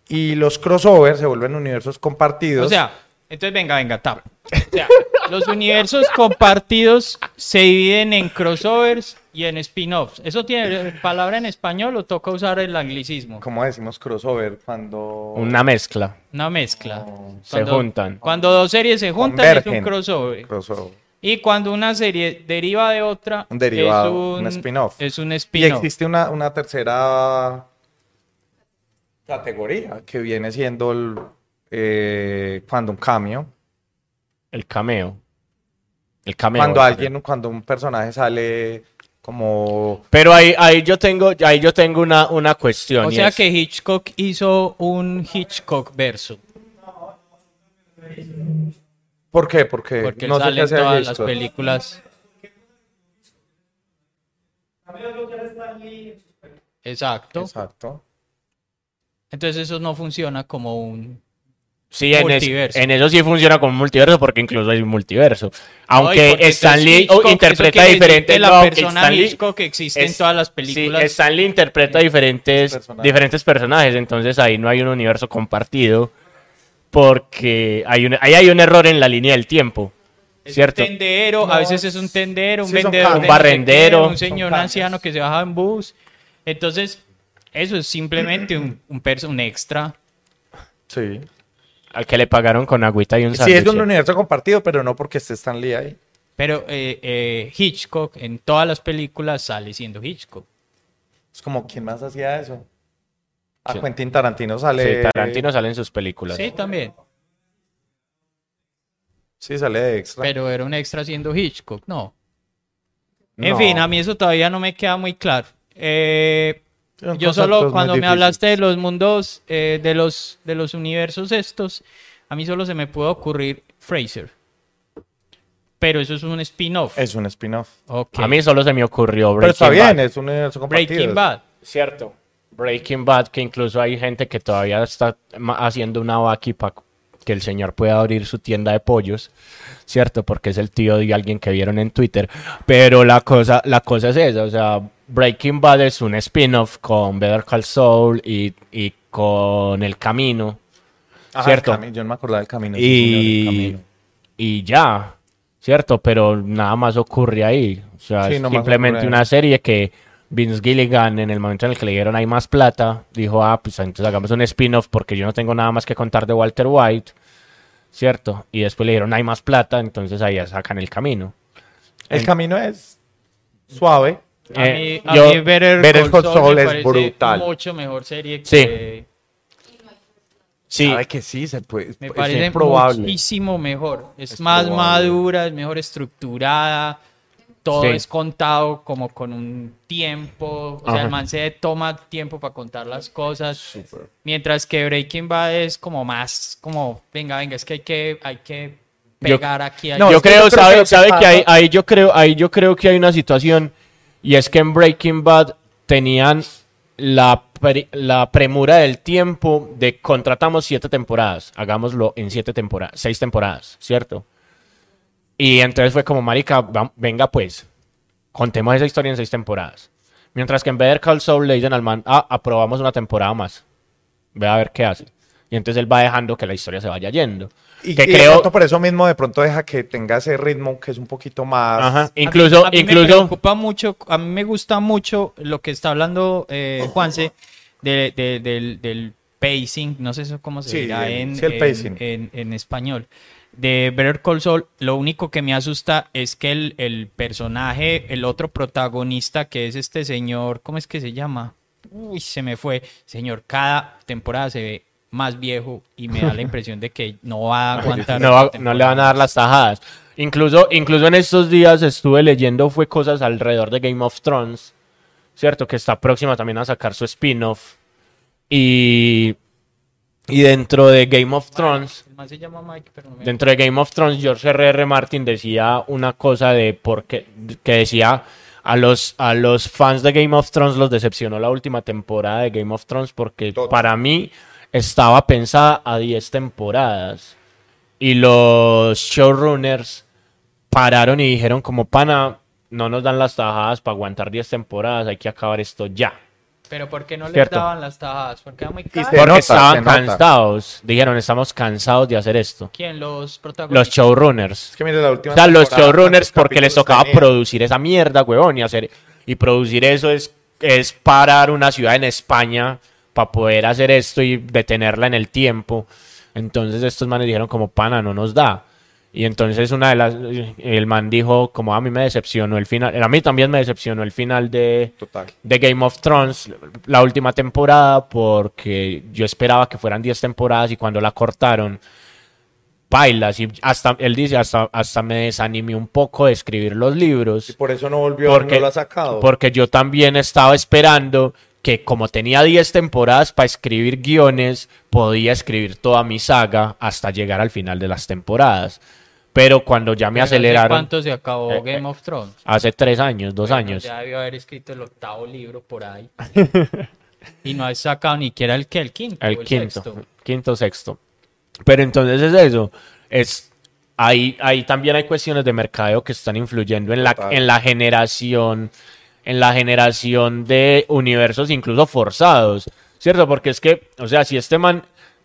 C: Y los crossovers se vuelven universos compartidos.
D: O sea, entonces venga, venga, tap. O sea, los universos compartidos se dividen en crossovers y en spin-offs. ¿Eso tiene palabra en español o toca usar el anglicismo?
C: ¿cómo decimos crossover cuando
B: Una mezcla.
D: Una mezcla.
B: Se
D: Cuando-
B: juntan.
D: Cuando dos series se juntan es
C: Convergen.
D: un crossover.
C: crossover?
D: Y cuando una serie deriva de otra,
C: Un derivado,
D: es
C: un spin-off.
D: Es un
C: Y
D: spin-off.
C: existe una, una tercera categoría que viene siendo el, eh, cuando un cambio,
B: El cameo. El cameo.
C: cuando
B: el
C: alguien,
B: cameo.
C: cuando un personaje sale como
B: Pero ahí, ahí yo tengo, ahí yo tengo una, una cuestión.
D: O
B: y
D: sea
B: es-
D: que Hitchcock hizo un Hitchcock verso.
C: ¿Por qué? Porque,
D: Porque él
C: Eh, no sé
D: sale
C: qué
D: en
C: sea
D: todas las
C: esto.
D: películas. Exacto.
C: Exacto.
D: Entonces eso no funciona como un...
B: Sí, en, es-
D: Multiverso.
B: en eso sí funciona como multiverso porque incluso hay un multiverso. Aunque
D: Ay, porque
B: Stan
D: entonces
B: Lee
D: Hitchcock,
B: oh,
D: eso
B: interpreta
D: quiere decir
B: diferente.
D: que La
B: no,
D: persona
B: Stan Lee
D: Hitchcock existe en
B: es-
D: todas las
B: sí,
D: películas. Eh,
B: Stan Lee interpreta diferentes
C: Personajes.
B: personajes. diferentes personajes, entonces ahí no hay un universo compartido porque hay un, ahí hay un error en la línea del tiempo,
D: Es
B: ¿cierto?
D: un tendero, a veces es un tendero, un
C: Sí, son
D: vendedor.
B: Un
C: cambios.
D: de no sé qué,
B: barrendero.
D: Un señor
C: Son cambios.
D: anciano que se baja en bus. Entonces, eso es simplemente un, un, perso- un extra.
C: Sí.
B: Al que le pagaron con agüita y un
C: Sí, es un
B: sándwich.
C: universo compartido, pero no porque esté Stan Lee ahí.
D: Pero eh, eh, Hitchcock en todas las películas sale siendo Hitchcock.
C: Es como, ¿quién más hacía eso? A
B: Sí.
C: Quentin Tarantino sale.
B: Sí, Tarantino sale en sus películas.
D: Sí, también.
C: Sí, sale de extra.
D: Pero era un extra siendo Hitchcock, no. En
C: No.
D: fin, a mí eso todavía no me queda muy claro. Eh,
C: Son
D: yo
C: conceptos
D: solo
C: muy
D: cuando me
C: difíciles.
D: hablaste de los mundos, eh, de los de los universos estos, a mí solo se me pudo ocurrir Fraser. Pero eso es un spin-off.
C: Es un spin-off.
D: Ok.
B: A mí solo se me ocurrió
C: Pero
B: Breaking
C: está bien,
B: Bad.
C: es un universo compartido.
D: Breaking Bad.
B: Cierto. Breaking Bad, que incluso hay gente que todavía está ma- haciendo una vaqui para que el señor pueda abrir su tienda de pollos, ¿cierto? Porque es el tío de alguien que vieron en Twitter. Pero la cosa, la cosa es esa, o sea, Breaking Bad es un spin-off con Better Call Saul y, y con El Camino,
C: Ajá,
B: Cierto.
C: el cami- Yo no me acordaba del camino. sí,
B: y,
C: señor, el camino.
B: y ya, ¿cierto? Pero nada más ocurre ahí. O sea,
C: Sí,
B: es
C: no más ocurre
B: simplemente
C: ahí.
B: una serie que Vince Gilligan, en el momento en el que le dieron hay más plata, dijo, ah, pues entonces hagamos un spin-off porque yo no tengo nada más que contar de Walter White, ¿cierto? Y después le dieron hay más plata, entonces ahí ya sacan el camino.
C: El camino es suave.
D: A mí,
B: Eh,
D: a
B: yo-
D: mí Better,
C: Better Call Saul
D: me
C: es
D: parece
C: brutal.
D: Mucho mejor serie
B: Sí.
D: que
B: Sí,
C: Sabe que sí, se puede.
D: me
C: es
D: parece
C: improbable.
D: muchísimo mejor. Es,
C: Es
D: más
C: probable.
D: madura, es mejor estructurada. Todo
B: Sí.
D: es contado como con un tiempo. O sea,
B: Ajá.
D: el man se toma tiempo para contar las cosas. Mientras que Breaking Bad es como más, como, venga, venga, es que hay que, hay que
B: Yo-
D: pegar aquí. hay
C: No,
D: que-
B: yo
C: es que
B: creo,
C: yo creo
B: sabe,
C: que lo que
B: sabe que
C: pasa-
B: ahí, ahí yo creo, ahí yo creo que hay una situación y es que en Breaking Bad tenían la, pre- la premura del tiempo de contratamos siete temporadas, hagámoslo en siete temporadas, seis temporadas, ¿cierto? Y entonces fue como, marica, va- venga pues, contemos esa historia en seis temporadas. Mientras que en Better Call Saul le dicen al man, ah, aprobamos una temporada más, ve a ver qué hace. Y entonces él va dejando que la historia se vaya yendo.
C: Y,
B: que
C: y de
B: creo,
C: pronto por eso mismo, de pronto deja que tenga ese ritmo que es un poquito más.
B: Ajá,
D: A mí-
B: incluso,
D: a mí me
B: incluso,
D: preocupa mucho, a mí me gusta mucho lo que está hablando eh, Juanse de- de- del, del pacing, no sé eso cómo se
C: Sí,
D: dirá
C: el-
D: en,
C: sí, el
D: en-
C: pacing.
D: en- en español. De Better Call Saul, lo único que me asusta es que el, el personaje, el otro protagonista que es este señor, ¿cómo es que se llama? Uy, se me fue. Señor, cada temporada se ve más viejo y me da la impresión de que no va a aguantar. este
B: no, va- no le van a dar las tajadas. Incluso, incluso en estos días estuve leyendo fue cosas alrededor de Game of Thrones, ¿cierto? Que está próxima también a sacar su spin-off. Y, y dentro de Game of Thrones,
D: El man se llama Mike, pero no me-
B: dentro de Game of Thrones, George R.R. Martin decía una cosa de por qué, que decía a los, a los fans de Game of Thrones los decepcionó la última temporada de Game of Thrones porque
C: Total.
B: para mí estaba pensada a 10 temporadas y los showrunners pararon y dijeron como pana, no nos dan las tajadas para aguantar 10 temporadas, hay que acabar esto ya.
D: Pero ¿por qué no les
B: Cierto.
D: daban las tajadas? Porque era muy caro.
C: se-
B: Porque
C: nota, se
B: estaban
C: nota.
B: cansados, dijeron estamos cansados de hacer esto.
D: ¿Quién? Los protagonistas.
B: Los showrunners.
C: Es que mire la última.
B: O sea, los
C: temporada,
B: showrunners
C: ¿cuántos
B: porque les
C: capítulos
B: tocaba
C: tenía?
B: producir esa mierda, huevón, y hacer y producir eso es es parar una ciudad en España para poder hacer esto y detenerla en el tiempo. Entonces estos manes dijeron como pana no nos da. Y entonces una de las el man dijo como "Ah, a mí me decepcionó el final, a mí también me decepcionó el final de
C: Total.
B: de Game of Thrones, la última temporada, porque yo esperaba que fueran 10 temporadas y cuando la cortaron, bailas. Y hasta, él dice, hasta, hasta me desanimé un poco de escribir los
C: Y
B: libros.
C: por eso no volvió,
B: Porque,
C: no lo ha sacado.
B: porque yo también estaba esperando que como tenía 10 temporadas para escribir guiones, podía escribir toda mi saga hasta llegar al final de las temporadas. Pero cuando ya me
D: Pero ¿hace
B: aceleraron,
D: ¿Cuánto se acabó
B: Eh,
D: Game
B: eh,
D: of Thrones?
B: hace tres años, dos
D: Bueno,
B: años.
D: Ya debió haber escrito el octavo libro por ahí. y no ha sacado ni siquiera el que el quinto. o
B: El quinto,
D: sexto.
B: quinto, sexto. Pero entonces es eso. Es, ahí, ahí también hay cuestiones de mercadeo que están influyendo en la,
C: Total.
B: en la generación, en la generación de universos incluso forzados. ¿Cierto? Porque es que, o sea, si este man,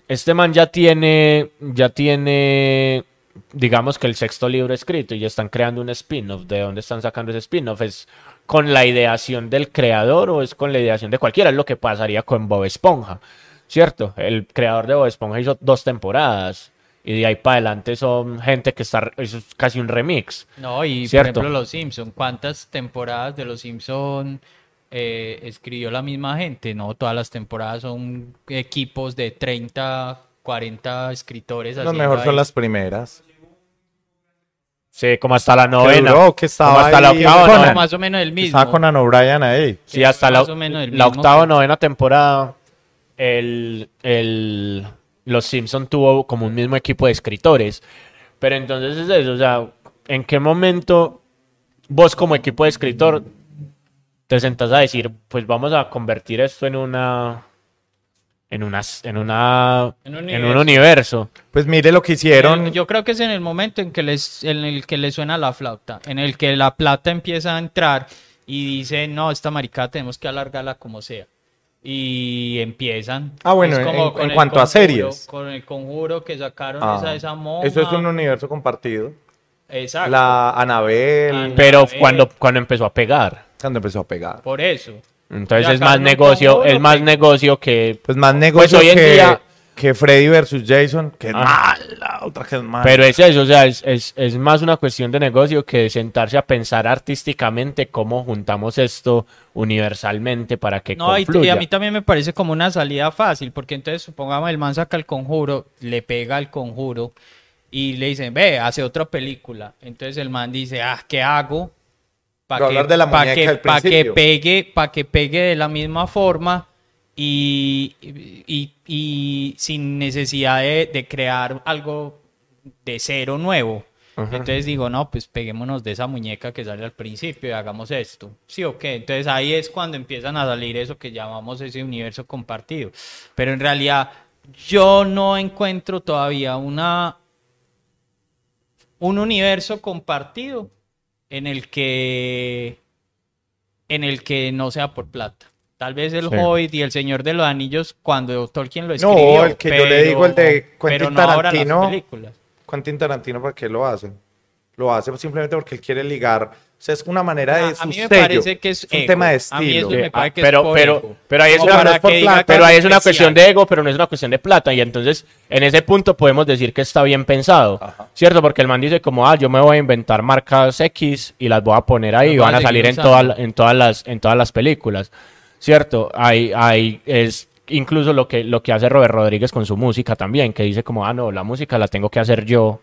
B: este man ya tiene, ya tiene, digamos que el sexto libro escrito y ya están creando un spin-off, ¿de dónde están sacando ese spin-off? ¿Es con la ideación del creador o es con la ideación de cualquiera? Es lo que pasaría con Bob Esponja. Cierto, el creador de Bob Esponja hizo dos temporadas y de ahí para adelante son gente que está, eso es casi un remix.
D: No, y
B: Cierto.
D: por ejemplo Los Simpson, ¿cuántas temporadas de Los Simpson eh, escribió la misma gente? No, todas las temporadas son equipos de 30, 40 escritores
C: Lo
D: haciendo
C: mejor
D: ahí.
C: son las primeras.
B: Sí, como hasta la
C: Que
B: novena.
C: duró, que estaba
B: Como hasta la
C: ahí
B: octava,
D: No,
B: ¿no?
C: Conan.
D: más o menos el mismo.
C: Estaba Conan O'Brien ahí.
B: Sí, hasta la,
D: Más o menos el
B: la
D: mismo
B: octava
D: que-
B: novena temporada, el, el- los Simpson tuvo como un mismo equipo de escritores. Pero entonces es eso, o sea, ¿en qué momento vos como equipo de escritor te sentás a decir, pues vamos a convertir esto en una... En, unas, en, una,
D: En
B: en,
D: un
B: un
D: universo.
B: universo.
C: Pues mire lo que hicieron.
D: Eh, Yo creo que es en el momento en que les, en el que le suena la flauta, en el que la plata empieza a entrar y dice, no, esta maricada tenemos que alargarla como sea. Y empiezan.
C: Ah, bueno,
D: Es
C: en-
D: con
C: en
D: el
C: cuanto a
D: conjuro,
C: series.
D: Con el conjuro que sacaron
C: Ah,
D: esa, esa monja.
C: Eso es un universo compartido.
D: Exacto.
C: La Anabel,
D: Ana-
B: Pero
D: Eh.
B: cuando, cuando empezó a pegar.
C: cuando empezó a pegar.
D: Por eso.
B: Entonces
D: Ya
B: es más
D: sacaron un
B: negocio,
D: conjuro,
B: es más
D: pues.
B: negocio que...
C: Pues más negocio
B: hoy en
C: que,
B: día-
C: que Freddy versus Jason, que es
B: Ah.
C: mala, otra que es mala.
B: Pero es eso, o sea, es, es- es más una cuestión de negocio que de sentarse a pensar artísticamente cómo juntamos esto universalmente para que
D: No, y, y
B: confluya.
D: a mí también me parece como una salida fácil, porque entonces supongamos el man saca el conjuro, le pega el conjuro y le dicen, ve, hace otra película. Entonces el man dice, ah, ¿qué hago?
C: Voy a
D: Para
C: hablar de la muñeca
D: que,
C: al
D: pa' que
C: principio.
D: pegue, para que pegue de la misma forma y, y- y sin necesidad de, de crear algo de cero nuevo. Entonces digo, no, pues peguémonos de esa muñeca que sale al principio y hagamos esto. Sí o qué. Entonces ahí es cuando empiezan a salir eso que llamamos ese universo compartido. Pero en realidad yo no encuentro todavía una un universo compartido en el que en el que no sea por plata. Tal vez el
B: Sí.
D: Hobbit y el Señor de los Anillos cuando Tolkien
C: No,
D: lo escribió.
C: el que yo le digo, el de Quentin
D: pero no ahora las
C: Tarantino.
D: películas.
C: Quentin Tarantino, ¿para qué lo hace? Lo hace simplemente porque él quiere ligar. O sea, es una manera de
D: Ah, a
C: su
D: mí
C: sello.
D: me parece que es,
C: un
D: ego.
C: tema de
D: A mí eso
C: estilo.
D: me
B: Sí,
D: parece
B: ah,
D: que
B: pero-
D: es por
B: pero-
D: ego.
B: pero ahí es
D: Como
B: una-
D: para
C: no es por
D: que diga
C: plata,
D: que
B: Pero ahí
D: es
B: es una
D: especial.
B: cuestión de ego, pero no es una cuestión de plata. Y entonces, en ese punto podemos decir que está bien pensado, ¿cierto? Porque el man dice como, ah, yo me voy a inventar marcas X y las voy a poner ahí
D: Las
B: y
D: voy a
B: van a
D: seguir
B: salir en,
D: usando.
B: todas la- en, todas las, en todas las películas, ¿cierto? Ahí, ahí es incluso lo que, lo que hace Robert Rodríguez con su música también, que dice como, ah, no, la música la tengo que hacer yo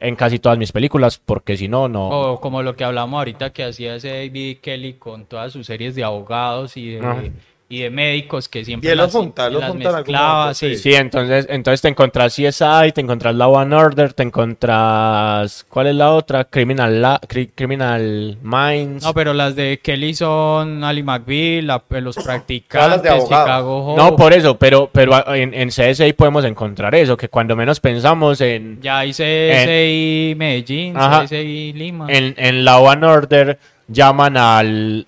B: en casi todas mis películas, porque si no, no...
D: O
C: Ah.
D: como lo que hablamos ahorita que hacía ese David Kelly con todas sus series de abogados y de,
B: Ajá.
D: y de médicos que siempre
C: Y él los
D: las-
C: junta, los
D: las
C: junta en algún
D: mezclaba,
C: momento,
D: sí.
B: Sí, entonces, entonces te encontrás CSI, te encontrás Law and Order, te encontrás... ¿Cuál es la otra? Criminal, La- Cri- Criminal Minds.
D: No, pero las de Kelly son Ali McBeal, la- eh, los
C: Todas las
D: practicantes,
C: de abogados.
D: Chicago Hope.
B: No, por eso, pero, pero ah, en, en CSI podemos encontrar eso, que cuando menos pensamos en,
D: Ya hice
C: Eh.
D: CSI Medellín,
B: Ajá.
D: CSI Lima.
B: en, en Law and Order, llaman al,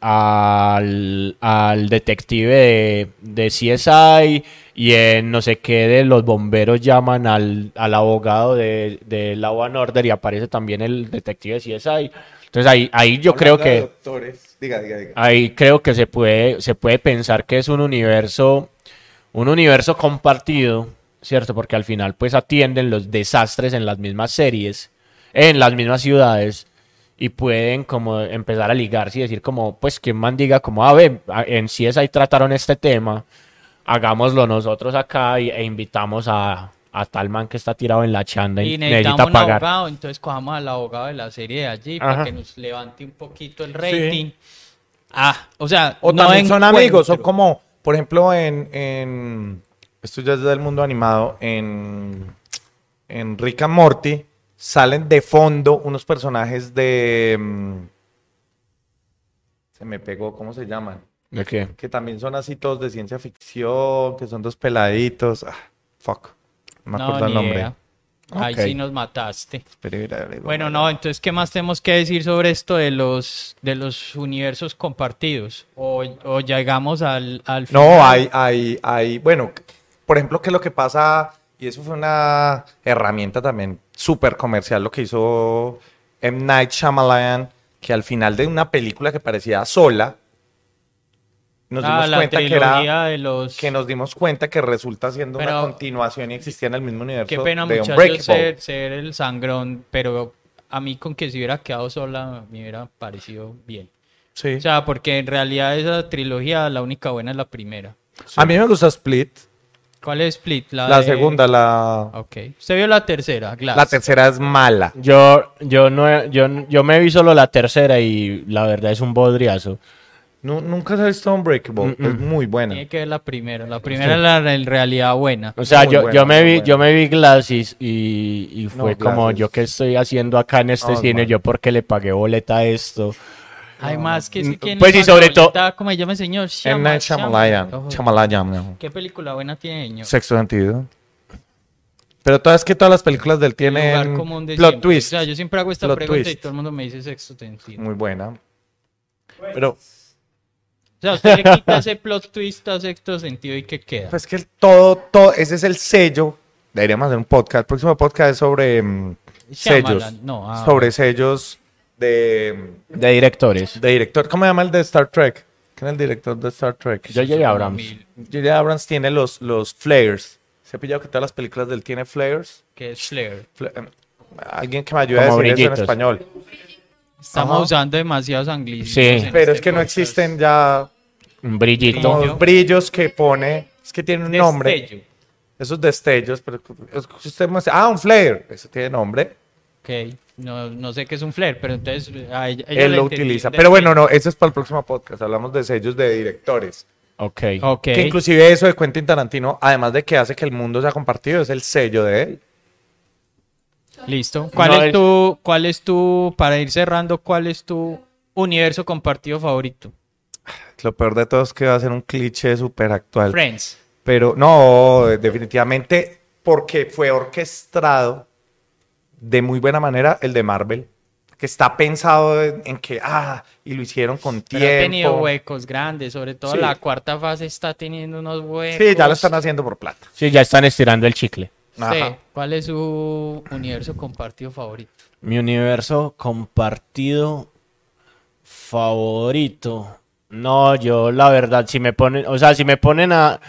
B: al, al detective de, de CSI y en no sé qué de los bomberos llaman al, al abogado de, de Law and Order y aparece también el detective de CSI. Entonces ahí, ahí yo creo
C: Hablando de
B: que...
C: Doctores. Diga, diga, diga.
B: Ahí creo que se puede, se puede pensar que es un universo, un universo compartido, ¿cierto? Porque al final pues atienden los desastres en las mismas series, en las mismas ciudades, y pueden como empezar a ligarse y decir como, pues que man diga como, a ver, en CSI trataron este tema, hagámoslo nosotros acá y- e invitamos a, a tal man que está tirado en la chanda y,
D: y necesitamos
B: necesita
D: un
B: pagar.
D: abogado, entonces cojamos al abogado de la serie de allí
B: Ajá.
D: para que nos levante un poquito el rating. Ah, o sea,
C: O
D: no
C: también son
D: encuentro.
C: amigos, son como, por ejemplo, en, en- esto ya es del mundo animado, en, en Rick and Morty salen de fondo unos personajes de... mm, Se me pegó, ¿cómo se llaman?
B: ¿De qué?
C: Que también son así todos de ciencia ficción, que son dos peladitos. Ah, fuck. No me
D: No,
C: acuerdo el
D: ni
C: nombre.
D: idea. Ahí
B: Ok.
D: sí nos mataste.
C: Espera, espera, espera.
D: Bueno, no, entonces, ¿qué más tenemos que decir sobre esto de los, de los universos compartidos? ¿O, o llegamos al, al
C: No, hay, hay, hay, bueno, por ejemplo, que lo que pasa, y eso fue una herramienta también súper comercial, lo que hizo M. Night Shyamalan, que al final de una película que parecía sola, nos
D: Ah,
C: dimos
D: la
C: cuenta que
D: trilogía
C: era,
D: de los...
C: que nos dimos cuenta que resulta siendo una
D: Pero-
C: continuación y existía en el mismo universo
D: Qué pena,
C: de
D: muchachos, eh,
C: Unbreakable.
D: ser, ser el sangrón, pero a mí con que se hubiera quedado sola me hubiera parecido bien.
C: Sí.
D: O sea, porque en realidad esa trilogía, la única buena es la primera.
C: A mí me gusta Split,
D: ¿Cuál es Split? La,
C: la
D: de-
C: segunda, la,
D: Ok. ¿Usted vio la tercera, Glass?
C: la tercera es mala.
B: Yo, yo no, he- yo, yo me vi solo la tercera y la verdad es un bodriazo.
C: Nu- nunca se ha visto Unbreakable, es muy buena.
D: Tiene que ver la primera. La primera es la en realidad buena.
B: O sea,
C: Muy
B: yo,
C: buena,
B: yo me
C: muy
B: vi,
C: buena.
B: yo me vi Glasses y, y fue como
C: Glasses.
B: yo qué estoy haciendo acá en este
C: No, es
B: cine,
C: mal.
B: yo porque le pagué boleta a esto.
D: Además, que es que
B: Pues, y sobre
D: todo. Como ella me enseñó,
C: M.
D: Shyama-
C: Night Shyamalan,
D: Shyamalan. Ojo,
C: Shyamalan, no.
D: ¿Qué película buena tiene, señor?
C: Sexto sentido. Pero todas que todas las películas del
D: El lugar
C: tienen
D: común de
C: plot
D: siempre.
C: twist.
D: O sea, yo siempre hago esta
C: Plot
D: pregunta y
C: twist. Mm.
D: todo el mundo me dice sexto sentido.
C: Muy buena. Pero
D: O sea, usted le quita ese plot twist a sexto sentido y ¿qué queda?
C: pues que el todo, todo, ese es el sello. Deberíamos hacer un podcast. El próximo podcast es sobre mm,
D: Shyamalan,
C: sellos.
D: no, ah.
C: sobre sellos de, mm,
B: De directores.
C: de director. ¿Cómo se llama el de Star Trek? ¿Quién es el director de Star Trek?
B: Yo llegué a Abrams.
D: Mil,
C: J.J. Abrams tiene los, los flares. ¿Se ha pillado que todas las películas del tiene flares?
D: que es Flair.
C: Fla- em, Alguien que me ayude a
B: Como
C: decir eso
B: brillitos.
C: en español.
D: Estamos
C: Ajá.
D: usando demasiados anglicismos.
B: Sí.
D: en
C: Pero
D: este
C: es que no
D: podcast.
C: existen ya
B: Un brillito.
C: Como
D: Brillo.
C: brillos que pone. Es que tiene un nombre.
D: Destello.
C: Esos destellos. Pero es que usted me dice, ah, un flare. Eso tiene nombre.
D: Ok, no, no sé qué es un flair, pero entonces a ella- ella
C: Él
D: la
C: lo
D: entendí
C: utiliza.
D: de
C: Pero bueno,
D: flair.
C: no, eso es para el próximo podcast. Hablamos de sellos de directores.
B: Ok.
D: Ok,
C: Que inclusive eso de Quentin Tarantino, además de que hace que el mundo sea compartido, es el sello de él.
D: listo. ¿Cuál,
B: No,
D: es
B: es-
D: tu, ¿Cuál es tu, para ir cerrando, cuál es tu universo compartido favorito?
C: Lo peor de todo es que va a ser un cliché súper actual.
D: Friends.
C: Pero no, definitivamente, porque fue orquestado de muy buena manera el de Marvel, que está pensado en, en que, ah, y lo hicieron con
D: Pero ha tenido
C: tiempo.
D: huecos grandes, sobre todo
C: Sí.
D: la cuarta fase está teniendo unos huecos.
C: Sí, ya lo están haciendo por plata.
B: Sí, ya están estirando el chicle.
D: Sí,
C: Ajá.
D: ¿Cuál es su universo compartido favorito?
B: Mi universo compartido favorito. No, yo la verdad, si me ponen, o sea, si me ponen a,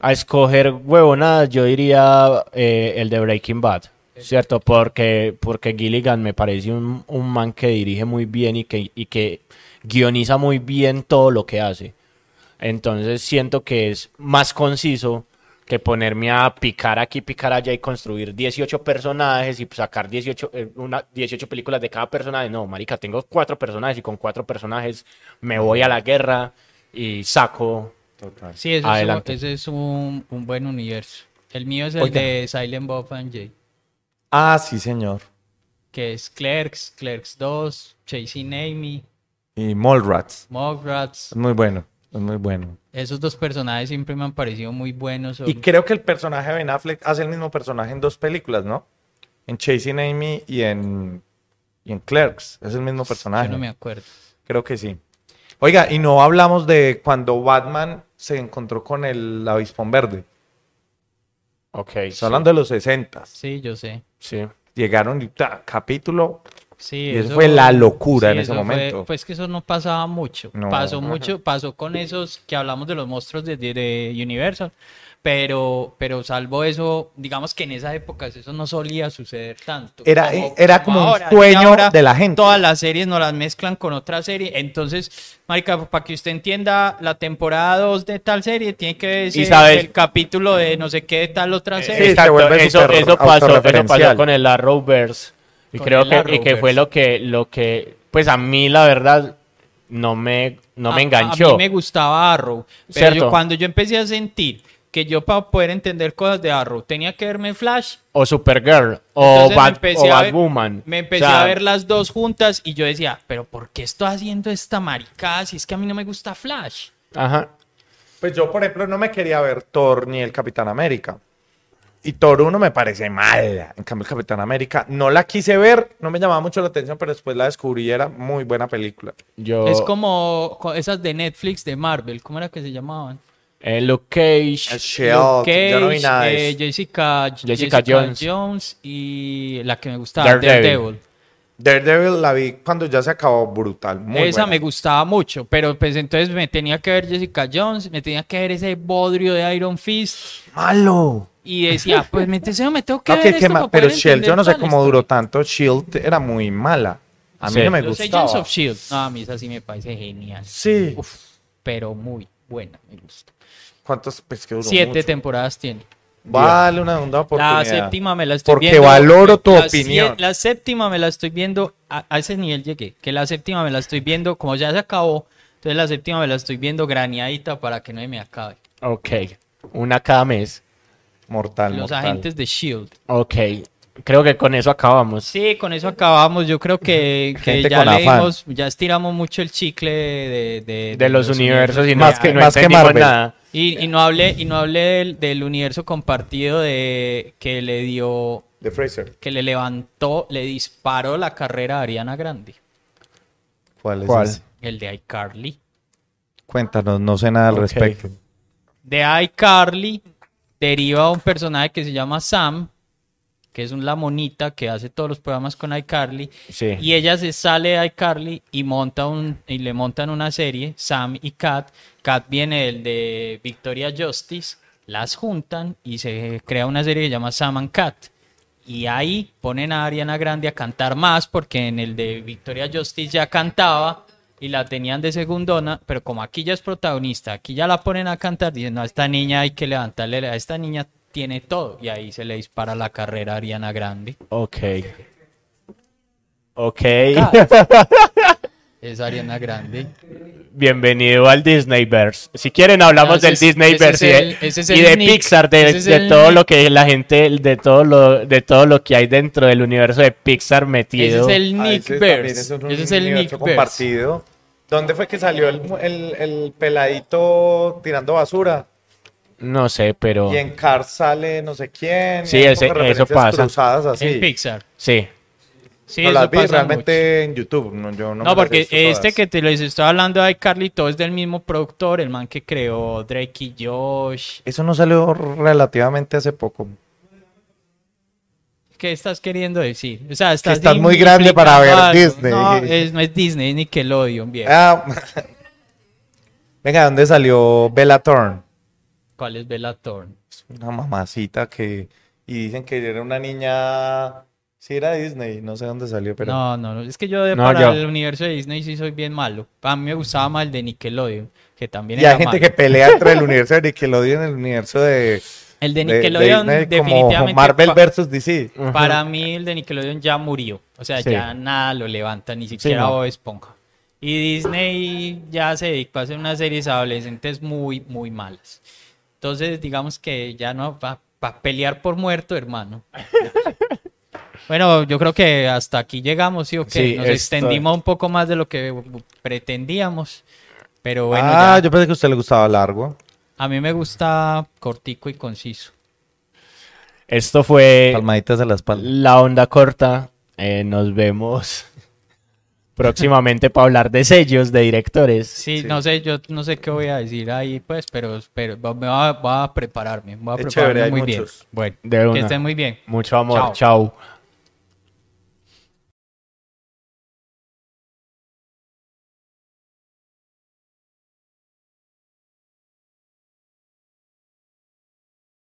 B: a escoger huevonadas, yo diría eh, el de Breaking Bad, ¿cierto? Porque, porque Gilligan me parece un, un man que dirige muy bien y que, y que guioniza muy bien todo lo que hace. Entonces siento que es más conciso que ponerme a picar aquí, picar allá y construir 18 personajes y sacar 18, eh, una, 18 películas de cada personaje. No, marica, tengo cuatro personajes y con cuatro personajes me voy a la guerra y saco
C: Total.
D: Sí, ese es, un,
B: Adelante.
D: ese es un, un buen universo. El mío es el
C: Oiga.
D: de Silent Bob and Jay,
C: Ah, sí, señor.
D: que es Clerks, Clerks 2, Chasing Amy,
C: Y Mallrats.
D: Mograts.
C: Es muy bueno. Es muy bueno.
D: Esos dos personajes siempre me han parecido muy buenos. son-
C: Y creo que el personaje de Ben Affleck hace el mismo personaje en dos películas, ¿no? En Chasing Amy y en, y en Clerks. Es el mismo personaje.
D: Yo no me acuerdo.
C: Creo que sí. Oiga, y no hablamos de cuando Batman se encontró con el avispón verde.
B: Ok.
C: Estoy hablando de los 60.
D: Sí, yo sé.
C: Eh,
B: Sí.
C: Llegaron y ta, capítulo.
D: Sí,
C: Y eso fue la locura en ese
D: eso fue-
C: momento.
D: pues que eso no pasaba mucho.
C: No.
D: Pasó mucho, pasó con esos que hablamos de los monstruos de, de- de Universal. Pero, pero salvo eso, digamos que en esa época eso no solía suceder tanto.
C: Era- eh, era como un sueño
D: y
C: de la gente.
D: Todas las series no las mezclan con otra serie. Entonces, Marica, para que usted entienda, la temporada 2 de tal serie tiene que decir
B: sabes-
D: el capítulo de no sé qué de tal otra
B: Eh,
D: serie.
C: se vuelve
B: eso,
C: súper
B: eso pasó, eso pasó
C: autorreferencial.
B: con el Arrowverse. Y
D: Con
B: creo
D: el
B: que, y que
D: Arrowverse.
B: fue lo que, lo que, pues a mí la verdad no me, no
D: A-
B: me enganchó.
D: A, mí me gustaba Arrow. Pero
B: Cierto.
D: yo- cuando yo empecé a sentir que yo para poder entender cosas de Arrow tenía que verme Flash,
B: O Supergirl, o,
D: entonces me
B: Bat,
D: empecé
B: o
D: a ver-
B: Batwoman.
D: Me empecé
B: O sea,
D: a ver las dos juntas y yo decía, pero ¿por qué estoy haciendo esta maricada si es que a mí no me gusta Flash?
B: Ajá.
C: Pues yo, por ejemplo, no me quería ver Thor ni el Capitán América. Y Thor 1 me parece mala. En cambio, el Capitán América no la quise ver, no me llamaba mucho la atención, pero después la descubrí y era muy buena película.
B: Yo,
D: Es como co- esas de Netflix de Marvel, ¿cómo era que se llamaban?
B: eh, Luke Cage.
C: Shield,
D: Luke
C: yo no vi
D: Cage,
C: nada de
D: eh,
C: eso.
D: Jessica,
B: Jessica Jones.
D: y la que me gustaba,
B: Daredevil.
D: Daredevil.
C: Daredevil la vi cuando ya se acabó brutal. Muy
D: Esa
C: buena.
D: me gustaba mucho, pero pues entonces me tenía que ver Jessica Jones, me tenía que ver ese bodrio de Iron Fist
C: Malo.
D: y decía, pues me, te- me tengo que
C: No,
D: ver
C: que-
D: esto
C: que ma-
D: para
C: pero
D: poder
C: Shield, yo no sé
D: entender
C: cómo
D: tal
C: duró
D: historia".
C: tanto. Shield era muy mala. A mí
B: Sí.
C: no me
D: Los
C: gustaba.
D: Agents of Shield, E no, a mí esa sí me parece genial,
C: Sí.
D: Uf, pero muy buena, me gusta.
C: ¿Cuántos? Pues que duró
D: Siete
C: mucho.
D: temporadas tiene.
C: Vale, una segunda
D: La
C: oportunidad.
D: séptima me la estoy
C: Porque
D: viendo.
C: valoro tu
D: la sie-
C: opinión.
D: la séptima me la estoy viendo. A, a ese nivel llegué. Que la séptima me la estoy viendo. Como ya se acabó. Entonces la séptima me la estoy viendo graneadita para que no se me acabe.
B: Ok. Una cada mes.
C: Mortal,
D: Los
C: mortal.
D: agentes de Shield.
B: Ok. Creo que con eso acabamos.
D: E Sí, con eso acabamos. Yo creo que, que
C: Gente
D: ya
C: con afán.
D: leímos, ya estiramos mucho el chicle de, de- Ah,
B: de los universos y no,
C: Más que-
B: no
C: más que
B: entendimos
C: Marvel.
B: nada.
D: Y, y no hablé, y no hablé del, del universo compartido de que le dio,
C: De Fraser.
D: que le levantó, le disparó la carrera a Ariana Grande.
C: ¿Cuál es?
B: ¿Cuál?
C: ese?
D: El de iCarly.
C: Cuéntanos, no sé nada al
B: Ok.
C: respecto.
D: De iCarly deriva un personaje que se llama Sam, que es un la monita que hace todos los programas con iCarly.
B: Sí.
D: Y ella se sale de iCarly y monta un, y le montan una serie, Sam y Kat. Kat viene del de Victoria Justice, las juntan y se crea una serie que se llama Sam and Kat. Y ahí ponen a Ariana Grande a cantar más, porque en el de Victoria Justice ya cantaba y la tenían de segundona, pero como aquí ya es protagonista, aquí ya la ponen a cantar, dicen, no, a esta niña hay que levantarle, la- a esta niña tiene todo. Y ahí se le dispara la carrera a Ariana Grande.
B: Ok. Ok.
D: Es Ariana Grande.
B: Bienvenido al Disneyverse. Si quieren hablamos
D: No, Ah, ese
B: del
D: es-
B: Disneyverse y
D: ese
B: de,
D: es el- ese es
B: y
D: el
B: de
D: Nick.
B: Pixar, de,
D: Ese es
B: de
D: el
B: todo
D: Nick.
B: lo que la gente, de todo lo, de todo lo que hay dentro del universo de Pixar
D: Ese
B: metido.
D: es el
C: Ah,
D: Nick
C: ese
D: Bears.
C: también es un
D: Ese es el
C: universo
D: Nick Bears.
C: compartido. ¿Dónde fue que salió el, el- el peladito tirando basura?
B: No sé, pero
C: Y en Cars sale no sé quién. y
B: Sí,
C: hay
B: ese-
C: como referencias
B: eso pasa.
C: cruzadas así.
D: En Pixar.
B: sí.
D: Sí,
C: no
D: eso
C: las vi
D: pasa
C: realmente en YouTube. No, yo no, me las
D: mucho. No,
C: he
D: porque
C: visto
D: este
C: todas.
D: que te les estoy hablando de Carlito es del mismo productor, el man que creó Drake y Josh.
C: Eso no salió relativamente hace poco.
D: ¿Qué estás queriendo decir? O sea, estás,
C: estás muy
D: implicando
C: grande para ver
D: algo.
C: Disney.
D: No, es, no es Disney, es Nickelodeon, viejo.
C: Ah, Venga, ¿dónde salió Bella Thorne?
D: ¿Cuál es Bella Thorne?
C: Es Una mamacita que. Y dicen que era una niña. Sí, era Disney, no sé dónde salió, pero.
D: No, no, no, es que yo de
B: No,
D: para
B: yo-
D: el universo de Disney sí soy bien malo. A mí me gustaba más el de Nickelodeon, que también
C: Y hay
D: era
C: gente
D: malo.
C: que pelea entre el universo de Nickelodeon y el universo de.
D: El de
C: de- de
D: Nickelodeon
C: Disney,
D: definitivamente
C: Como Marvel
D: pa-
C: versus DC.
D: Para mí el de Nickelodeon ya murió. O sea,
B: Sí.
D: ya nada lo levanta, ni siquiera
B: no.
D: Bob Esponja. Y Disney ya se dedicó a hacer unas series adolescentes muy, muy malas. Entonces, digamos que ya no va a pelear por muerto, hermano. Bueno, yo creo que hasta aquí llegamos, sí o qué?
B: Sí,
D: Nos
B: esto-
D: extendimos un poco más de lo que pretendíamos. Pero bueno,
C: ah,
D: ya.
C: yo pensé que a usted le gustaba largo.
D: a mí me gusta cortico y conciso.
B: Esto
D: Eh,
B: fue
C: Palmaditas de la espalda.
B: La Onda Corta. Eh, nos vemos próximamente para hablar de sellos, de directores.
D: Sí,
C: Sí.
D: no sé, yo no sé qué voy a decir ahí, pues, pero, pero va- me va, va a prepararme, va a
C: Es
D: prepararme
C: chévere, hay
D: muy
C: muchos.
D: bien. Bueno,
B: De
D: que
B: una.
D: estén muy bien.
B: Mucho amor.
D: Chao.
B: Chao.